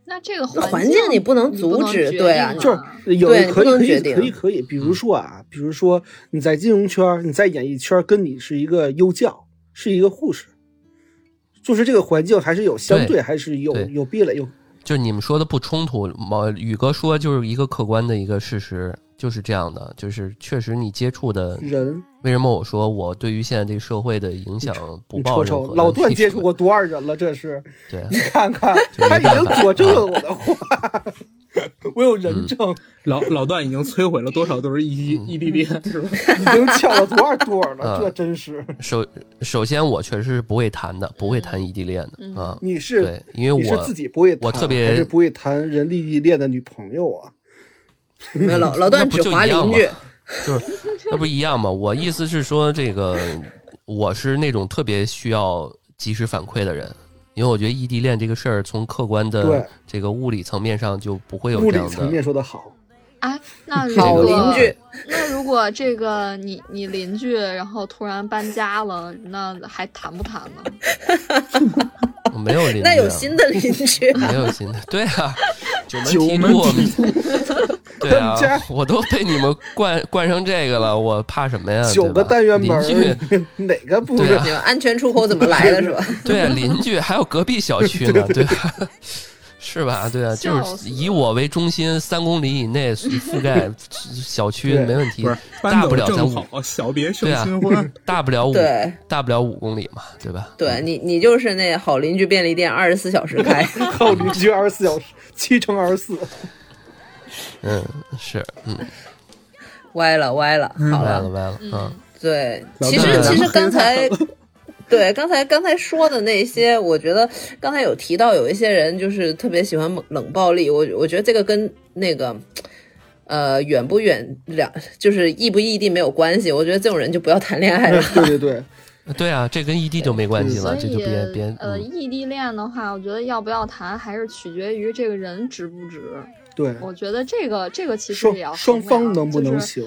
S4: 那这个
S1: 环
S4: 境
S1: 境你不能阻止
S4: 决
S1: 对
S4: 定
S1: 啊
S4: 了
S3: 就是有
S1: 对
S3: 的可
S1: 你不能
S3: 以可
S1: 决
S3: 以
S1: 定嗯
S3: 可以可以，比如说啊，比如说你在金融圈，你在演艺圈，跟你是一个幼教，是一个护士，就是这个环境还是有相
S2: 对
S3: 对还是有
S2: 对
S3: 有壁垒，有
S2: 就是你们说的不冲突，毛宇哥说就是一个客观的一个事实，就是这样的，就是确实你接触的，
S3: 人。
S2: 为什么我说我对于现在这个社会的影响不
S3: 你
S2: 抱
S3: 瞅
S2: 任
S3: 瞅
S2: 何，
S3: 老
S2: 的
S3: 段
S2: 那
S3: 接
S2: 种
S3: 触过多少人了？这是
S2: 对
S3: 你看看，
S2: 没
S3: 他已
S2: 办
S3: 经
S2: 法
S3: 佐证了我的话， 我有人
S2: 嗯
S3: 证。
S5: 老老段已经摧毁了多少对儿异地异地恋，是吧？
S3: 已经抢了多少对儿 了？
S2: 嗯
S3: 这真是，
S2: 首首先我确实是不会谈的，不会谈异地恋
S1: 嗯
S2: 的啊，
S3: 你是
S2: 对，因为
S3: 你是
S2: 我
S3: 自己不会谈，
S2: 我特别
S3: 还是不会谈人力异恋的女朋友啊？
S1: 没有老老
S2: 那
S1: 段
S2: 不
S1: 只
S2: 就
S1: 划
S2: 一样
S1: 邻
S2: 吗
S1: 居，？
S2: 就是那不一样吗？我意思是说，这个 我是那种特别需要及时反馈的人，因为我觉得异地恋这个事儿，从客观
S3: 对
S2: 的这个物理层面上就不会有
S3: 物
S2: 这
S3: 理
S2: 样
S3: 层
S2: 的
S3: 面说的好，
S4: 哎，那如
S1: 好
S4: 果
S1: 邻居，
S4: 那如果这个你你邻居然后突然搬家了，那还谈不谈呢？
S2: 没有邻居啊，
S1: 那有新的邻居啊，
S2: 没有新的， 对啊，九门
S5: 九
S2: 提
S5: 门
S2: 督我
S5: 提
S2: 们， 对啊
S3: 他们家，
S2: 我都被你们惯惯成这个了，我怕什么呀？嗯
S3: 九
S2: 对
S3: 个
S2: 吧
S3: 单元门
S2: 邻居
S3: 儿，哪个不
S2: 对
S3: 是
S2: 啊？
S1: 你们安全出口怎么来的是吧？
S2: 对啊，邻居还有隔壁小区呢，对吧？是吧？对啊，就
S4: 笑
S2: 是
S4: 死
S2: 以我为中心，三公里以 内覆盖小区
S3: 对
S2: 没问题
S5: 不是，，
S2: 嗯
S5: 搬
S2: 大
S5: 走
S2: 不了咱
S5: 正
S2: 五，
S5: 好，小别胜
S2: 对啊
S5: 新婚。
S2: 大不了五，
S1: 对
S2: 大不了五公里嘛，对吧？
S1: 对你你就是那好邻居便利店，二十四小时开。
S3: 靠邻居二十四小时，七乘二十四，
S2: 嗯，是，嗯，
S1: 歪了歪了，好
S2: 歪
S1: 了
S2: 了。歪了，嗯，
S1: 对，
S5: 老
S1: 其
S5: 大
S1: 实
S5: 咱
S1: 其
S5: 们
S1: 实刚 才， 对刚才刚才说的那些，我觉得刚才有提到有一些人就是特别喜欢冷冷暴力，我我觉得这个跟那个。呃，远不远两就是异不异地没有关系，我觉得这种人就不要谈恋 爱了。
S3: 对对对，
S2: 对啊，这跟异地就没关系
S4: 所
S2: 了，这
S4: 以
S2: 就别别，
S4: 呃，
S2: 嗯，
S4: 异地恋的话，我觉得要不要谈还是取决于这个人值不值。
S3: 对，
S4: 我觉得这个这个其实
S3: 双
S4: 也要
S3: 双
S4: 衡
S3: 方
S4: 量
S3: 能不能
S4: 就是
S3: 行？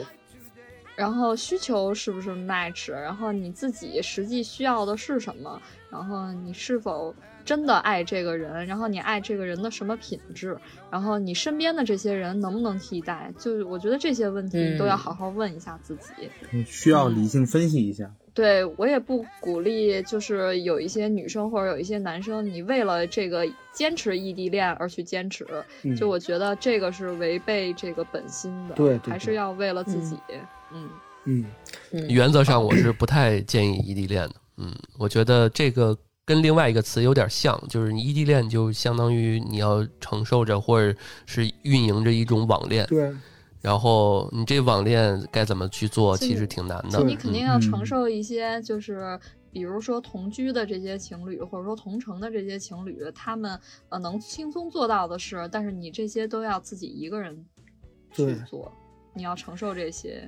S4: 然后需求是不是 match，然后你自己实际需要的是什么，然后你是否真的爱这个人，然后你爱这个人的什么品质，然后你身边的这些人能不能替代，就是我觉得这些问题
S1: 嗯
S4: 你都要好好问一下自己。
S5: 需要理性分析一下。
S4: 对我也不鼓励，就是有一些女生或者有一些男生，你为了这个坚持异地恋而去坚持，
S3: 嗯
S4: 就我觉得这个是违背这个本心的，
S3: 对对
S4: 还是
S3: 对
S4: 要为了自己，嗯
S3: 嗯，
S2: 原则上我是不太建议异地恋的，嗯，我觉得这个跟另外一个词有点像，就是你异地恋就相当于你要承受着或者是运营着一种网恋，
S3: 对，啊
S2: 然后你这网恋该怎么去做，
S4: 就
S2: 其实挺难的
S4: 就
S3: 对。
S4: 你肯定要
S5: 嗯
S4: 承受一些，就是比如说同居的这些情侣，或者说同城的这些情侣，他们呃能轻松做到的事，但是你这些都要自己一个人去
S3: 对
S4: 做，你要承受这些。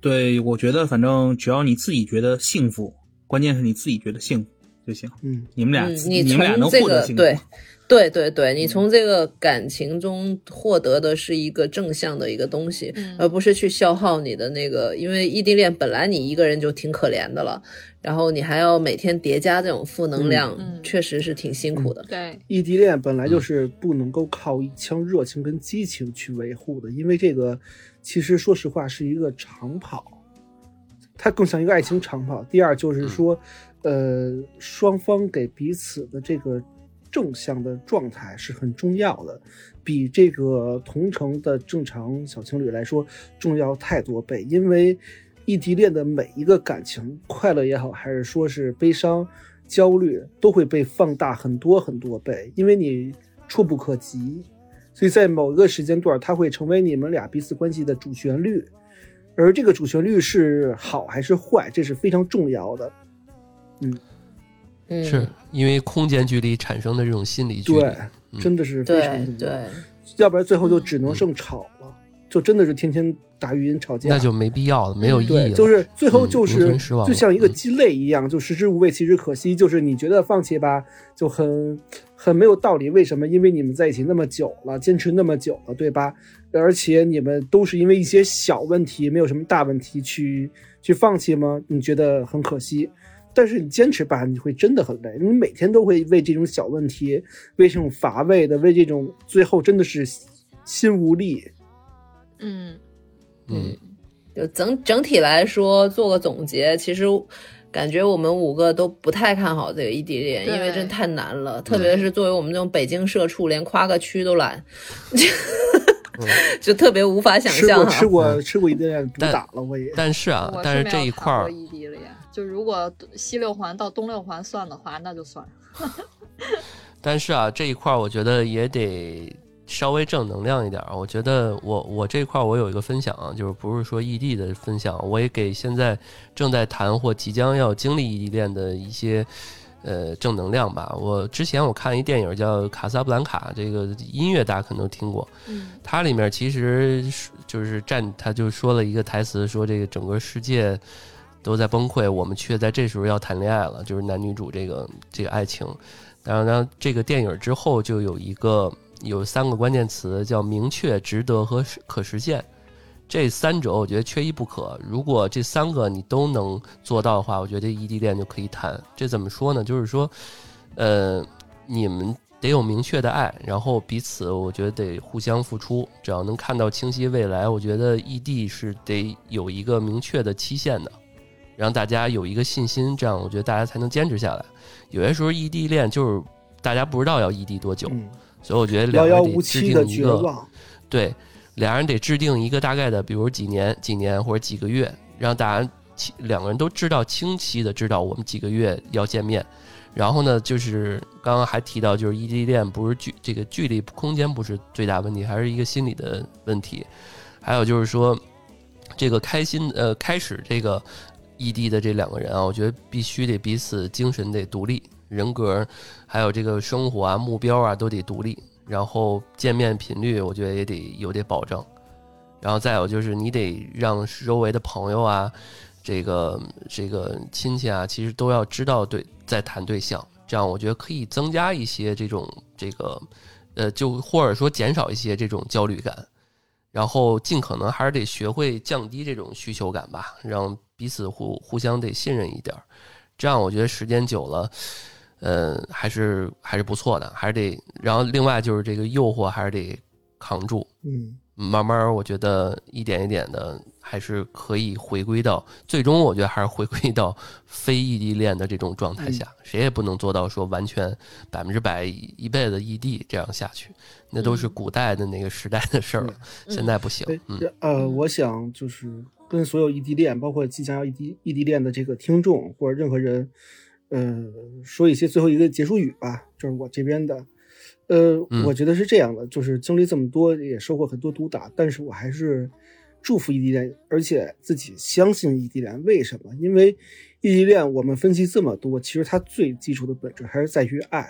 S5: 对，我觉得反正只要你自己觉得幸福，关键是你自己觉得幸福就行。
S3: 嗯，
S5: 你们俩
S1: 嗯
S5: 自，
S1: 你
S5: 你们俩能
S1: 从这
S5: 获得
S1: 个
S5: 幸福，嗯
S1: 对，对对对，你从这个感情中获得的是一个正向的一个东西，
S4: 嗯
S3: 呃
S1: 而不是去消耗你的那个，因为异地恋本来你一个人就挺可怜的了，然后你还要每天叠加这种负能量，
S4: 嗯嗯
S1: 确实是挺辛苦的。
S4: 对，
S3: 异地恋本来就是不能够靠一腔热情跟激情去维护的，因为这个其实说实话是一个长跑，它更像一个爱情长跑。第二就是说，呃，双方给彼此的这个正向的状态是很重要的，比这个同城的正常小情侣来说重要太多倍，因为异地恋的每一个感情，快乐也好，还是说是悲伤、焦虑，都会被放大很多很多倍，因为你触不可及，所以在某一个时间段，它会成为你们俩彼此关系的主旋律。而这个主旋律是好还是坏，这是非常重要的。
S1: 嗯，
S2: 是因为空间距离产生的这种心理距离。
S3: 对，
S2: 嗯
S3: 真的是非常
S1: 对
S3: 重要。
S1: 对，
S3: 要不然最后就只能剩吵了，就真的是天天打语音吵架。
S2: 那就没必要了，没有意义了。
S4: 嗯
S3: 对，就是最后
S2: 嗯
S3: 就
S2: 无
S3: 是
S2: 从失望了
S3: 就像一个鸡肋一样，就食之无味，弃之可惜。就是你觉得放弃吧，就很很没有道理。为什么？因为你们在一起那么久了，坚持那么久了，对吧？而且你们都是因为一些小问题，没有什么大问题去去放弃吗？你觉得很可惜。但是你坚持吧，你会真的很累。你每天都会为这种小问题，为这种乏味的，为这种最后真的是心无力。
S4: 嗯，
S2: 嗯，
S1: 就整整体来说做个总结，其实感觉我们五个都不太看好这个异地恋，
S4: 对
S1: 因为真太难了，特别是作为我们这种北京社畜，连跨个区都懒， 就特别无法想
S3: 吃过
S1: 象啊哈
S3: 吃。过吃过一顿毒打了，我也。
S2: 嗯但是啊，
S4: 我
S2: 但是
S4: 没
S2: 这
S4: 有
S2: 一
S4: 谈
S2: 块
S4: 过
S2: 儿，
S4: E 异地恋，就如果西六环到东六环算的话，那就算。
S2: 但是啊，这一块儿我觉得也得稍微正能量一点儿。我觉得我我这一块儿我有一个分享啊，就是不是说异地的分享，我也给现在正在谈或即将要经历异地恋的一些。呃，正能量吧。我之前我看一电影叫《卡萨布兰卡》，这个音乐大家可能都听过。
S4: 嗯
S2: 它里面其实是就是站，他就说了一个台词，说这个整个世界都在崩溃，我们却在这时候要谈恋爱了，就是男女主这个这个爱情。然后呢，这个电影之后就有一个有三个关键词叫明确、值得和实可实现，这三者我觉得缺一不可。如果这三个你都能做到的话，我觉得异地恋就可以谈。这怎么说呢？就是说，呃，你们得有明确的爱，然后彼此我觉得得互相付出。只要能看到清晰未来，我觉得异地是得有一个明确的期限的，让大家有一个信心，这样我觉得大家才能坚持下来。有些时候异地恋就是大家不知道要异地多久，
S3: 嗯
S2: 所以我觉得两
S3: 遥
S2: 个
S3: 遥
S2: 人得
S3: 无
S2: 制
S3: 期的
S2: 定一
S3: 绝
S2: 个
S3: 望。
S2: 对，俩人得制定一个大概的，比如几年、几年或者几个月，让大家清两个人都知道清晰的知道我们几个月要见面。然后呢，就是刚刚还提到，就是异地恋不是距这个距离空间不是最大问题，还是一个心理的问题。还有就是说，这个开心呃开始这个异地的这两个人啊，我觉得必须得彼此精神得独立，人格还有这个生活啊目标啊都得独立，然后见面频率我觉得也得有点保证，然后再有就是你得让周围的朋友啊，这个这个亲戚啊，其实都要知道对在谈对象，这样我觉得可以增加一些这种这个呃，就或者说减少一些这种焦虑感。然后尽可能还是得学会降低这种需求感吧，让彼此互互相得信任一点儿。这样我觉得时间久了，呃，还是还是不错的，还是得。然后另外就是这个诱惑还是得扛住，
S3: 嗯，
S2: 慢慢我觉得一点一点的还是可以回归到最终，我觉得还是回归到非异地恋的这种状态下，谁也不能做到说完全百分之百一辈子异地这样下去，那都是
S4: 嗯
S2: 古代的那个时代的事儿了，现在不行
S3: 对，，
S2: 嗯。
S3: 这呃，我想就是跟所有异地恋，包括即将要异地异地恋的这个听众或者任何人，呃，说一些最后一个结束语吧，就是我这边的。呃，
S2: 嗯
S3: 我觉得是这样的，就是经历这么多，也受过很多毒打，但是我还是祝福异地恋，而且自己相信异地恋。为什么？因为异地恋我们分析这么多，其实它最基础的本质还是在于爱，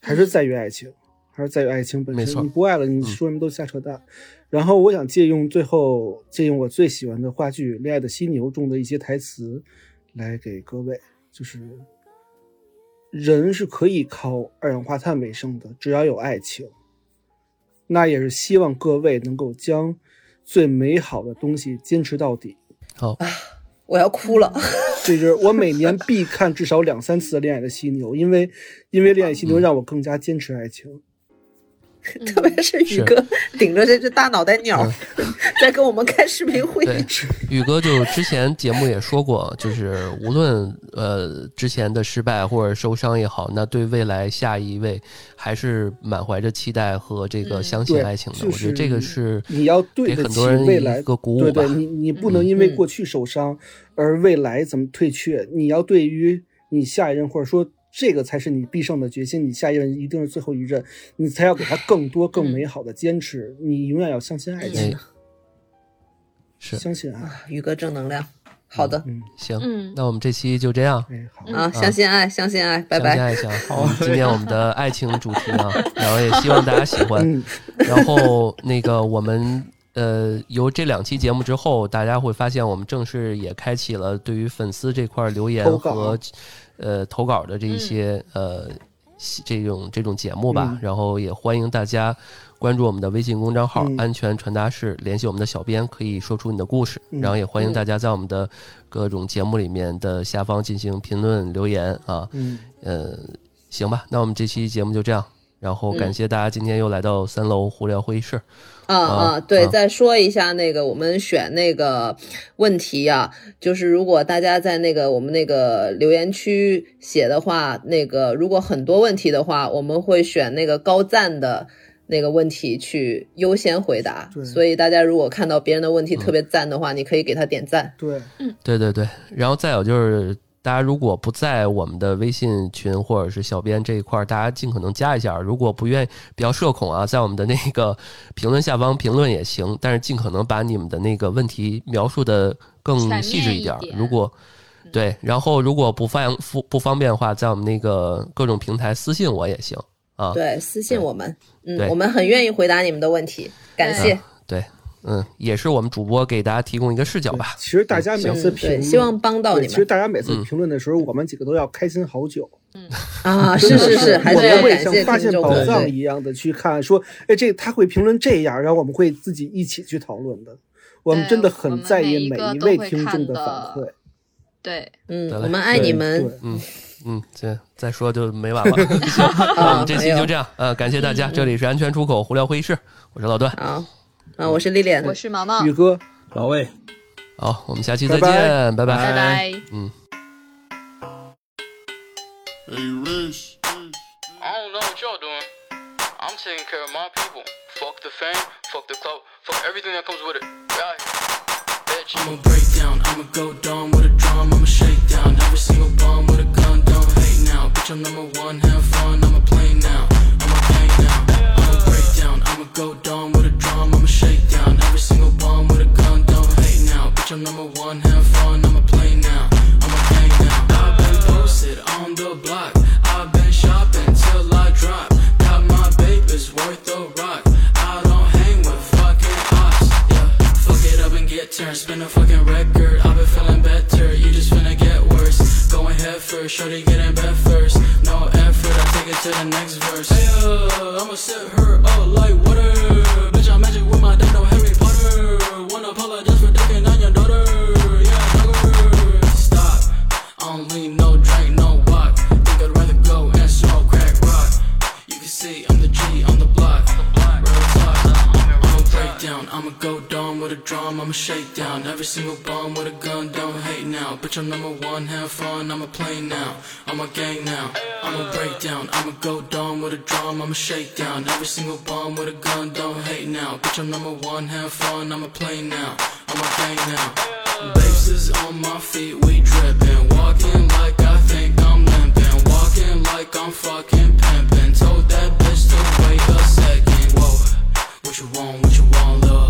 S3: 还是在于爱情，还是在于爱情本
S2: 没错嗯
S3: 身。你不爱了，你说什么都瞎扯淡。然后我想借用最后借用我最喜欢的话剧《恋爱的犀牛》中的一些台词，来给各位，就是人是可以靠二氧化碳为生的，只要有爱情。那也是希望各位能够将最美好的东西坚持到底。
S2: 好，
S1: 我要哭了。
S3: 这就是我每年必看至少两三次的《恋爱的犀牛》，因为因为《恋爱犀牛》让我更加坚持爱情。
S1: 特别是宇哥顶着这只大脑袋鸟，在跟我们开视频会
S2: 嗯对
S1: 议。
S2: 宇哥就之前节目也说过，就是无论呃之前的失败或者受伤也好，那对未来下一位还是满怀着期待和这个
S1: 嗯
S2: 相信
S3: 对
S2: 爱情的。
S3: 就
S2: 我觉得这个 是
S3: 你要对
S2: 给
S3: 得
S2: 很
S3: 起
S2: 多人
S3: 未来
S2: 一个鼓舞
S3: 对
S2: 吧
S3: 对，。你你
S1: 嗯
S3: 不能因为过去受伤、而未来怎么退却，你要对于你下一任或者说。这个才是你必胜的决心，你下一任一定是最后一任，你才要给他更多、更美好的坚持。你永远要相信爱情
S2: 哎，是
S3: 相信爱。
S1: 啊宇哥正能量，好的
S3: 嗯，
S2: 行，
S4: 嗯
S2: 那我们这期就这样。
S3: 哎，好，
S1: 啊，相信爱，相信爱，拜
S2: 嗯相信
S1: 拜。
S2: 爱情， 嗯今天我们的爱情主题啊，然后也希望大家喜欢。
S3: 嗯，
S2: 然后那个我们呃，由这两期节目之后，大家会发现我们正式也开启了对于粉丝这块留言
S3: 投稿
S2: 和呃投稿的这一些、呃西这种这种节目吧。
S3: 嗯
S2: 然后也欢迎大家关注我们的微信公众号“
S3: 嗯
S2: 安全传达室”，联系我们的小编，可以说出你的故事。
S3: 嗯
S2: 然后也欢迎大家在我们的各种节目里面的下方进行评论留言啊。
S3: 嗯，
S2: 呃，行吧，那我们这期节目就这样。然后感
S1: 嗯
S2: 谢大家今天又来到三楼胡聊会议室。
S1: 啊
S2: 啊
S1: 啊，对，
S2: 啊
S1: 再说一下那个我们选那个问题啊，就是如果大家在那个我们那个留言区写的话，那个如果很多问题的话，我们会选那个高赞的。那个问题去优先回答，
S3: 对
S1: 所以大家如果看到别人的问题
S2: 嗯
S1: 特别赞的话，你可以给他点赞。
S3: 对，
S2: 对对对，然后再有就是，大家如果不在我们的微信群或者是小编这一块儿，大家尽可能加一下。如果不愿意，比较社恐啊，在我们的那个评论下方评论也行，但是尽可能把你们的那个问题描述的更细致点儿
S4: 全面一。点嗯
S2: 如果对，然后如果不方不不方便的话，在我们那个各种平台私信我也行啊。
S1: 对，私信我们，嗯
S2: 对，
S1: 我们很愿意回答你们的问题，感谢。
S2: 对，嗯，也是我们主播给大家提供一个视角吧。
S3: 其实大家每
S1: 嗯
S3: 次评
S1: 对，
S3: 论，
S1: 希望帮到
S3: 对
S1: 你
S3: 其实
S1: 们
S3: 大家每次
S2: 嗯
S3: 评论的时候，我们几个都要开心好久。
S1: 啊！是
S3: 真的
S1: 是是，还
S3: 我
S1: 是
S3: 们
S1: 要
S3: 会
S1: 感
S3: 像
S1: 谢
S3: 发
S1: 听
S3: 现
S1: 众
S3: 宝
S1: 们。
S3: 藏
S1: 对，
S3: 一样的去看，说，哎，这他会评论这样，然后我们会自己一起去讨论的。我们
S4: 对
S3: 真的
S4: 我
S3: 很
S4: 们
S3: 在
S4: 每
S3: 意
S4: 一
S3: 每
S4: 个
S3: 一
S4: 都
S3: 位
S4: 会
S3: 听
S4: 看
S3: 众的
S4: 的
S3: 反馈，
S4: 对，
S1: 嗯
S2: 得，嘞
S1: 我们爱你
S3: 对
S1: 们，
S2: 嗯，这再说就没 完了。行，那我们这期就这样。呃，感谢大家，这里是安全出口胡聊会议室，我是老段。
S1: 好，啊，我是丽
S2: 嗯
S1: 莲，
S4: 我是毛毛
S3: 对，宇哥，
S5: 老魏，
S2: 好，我们下期再见，拜拜
S4: 拜拜。
S2: 嗯。
S6: Hey, Rich.
S7: I don't know what y'all doing. I'm taking care of my people. Fuck the fame, fuck the club, fuck everything that comes with it. We out here. Bitch.
S8: I'ma break down, I'ma go down with a drum, I'ma shake down. Every single bomb with a gun, don't hate now. Bitch, I'm number one, have fun, I'ma play now. I'ma play now. I'ma break down, I'ma go down with a drum, I'ma shake down. Every single bomb with a gun, don't hate now. Bitch, I'm number one, have fun, I'ma play now. I'ma play now. I've been posted on the block, I've been shopping till I drop. Got my baby's worth a rock. I don't hang with fucking ops, yeah. Fuck it up and get turned. Spin a fucking record. I've been feeling better. You just finna get worse. Going head first. Shorty getting bed first. No effort. I take it to the next verse. Hey, uh, I'ma set her up like water. Bitch, I'm magic with my dad, no Harry Potter. Wanna apologize for ducking on your daughter. Yeah, dogger. Stop. I don't lean, no drink, no walk. Think I'd rather go and smoke crack rock. You can see I'm the G on the block. Real talk. I'ma break down, I'ma go down with a drum, I'ma shake down. Every single bomb with a gun, don't hate now. Bitch, I'm number one, have fun, I'ma play now. I'm a gang now. I'ma break down, I'ma go down with a drum, I'ma shake down. Every single bomb with a gun, don't hate now. Bitch, I'm number one, have fun, I'ma play now. I'm a gang now. Babes is on my feet, we drippin'. Walking like I think I'm limpin'. Walking like I'm fucking pimpin'. Told that bitch to wait a second. Whoa, what you want, what you want, little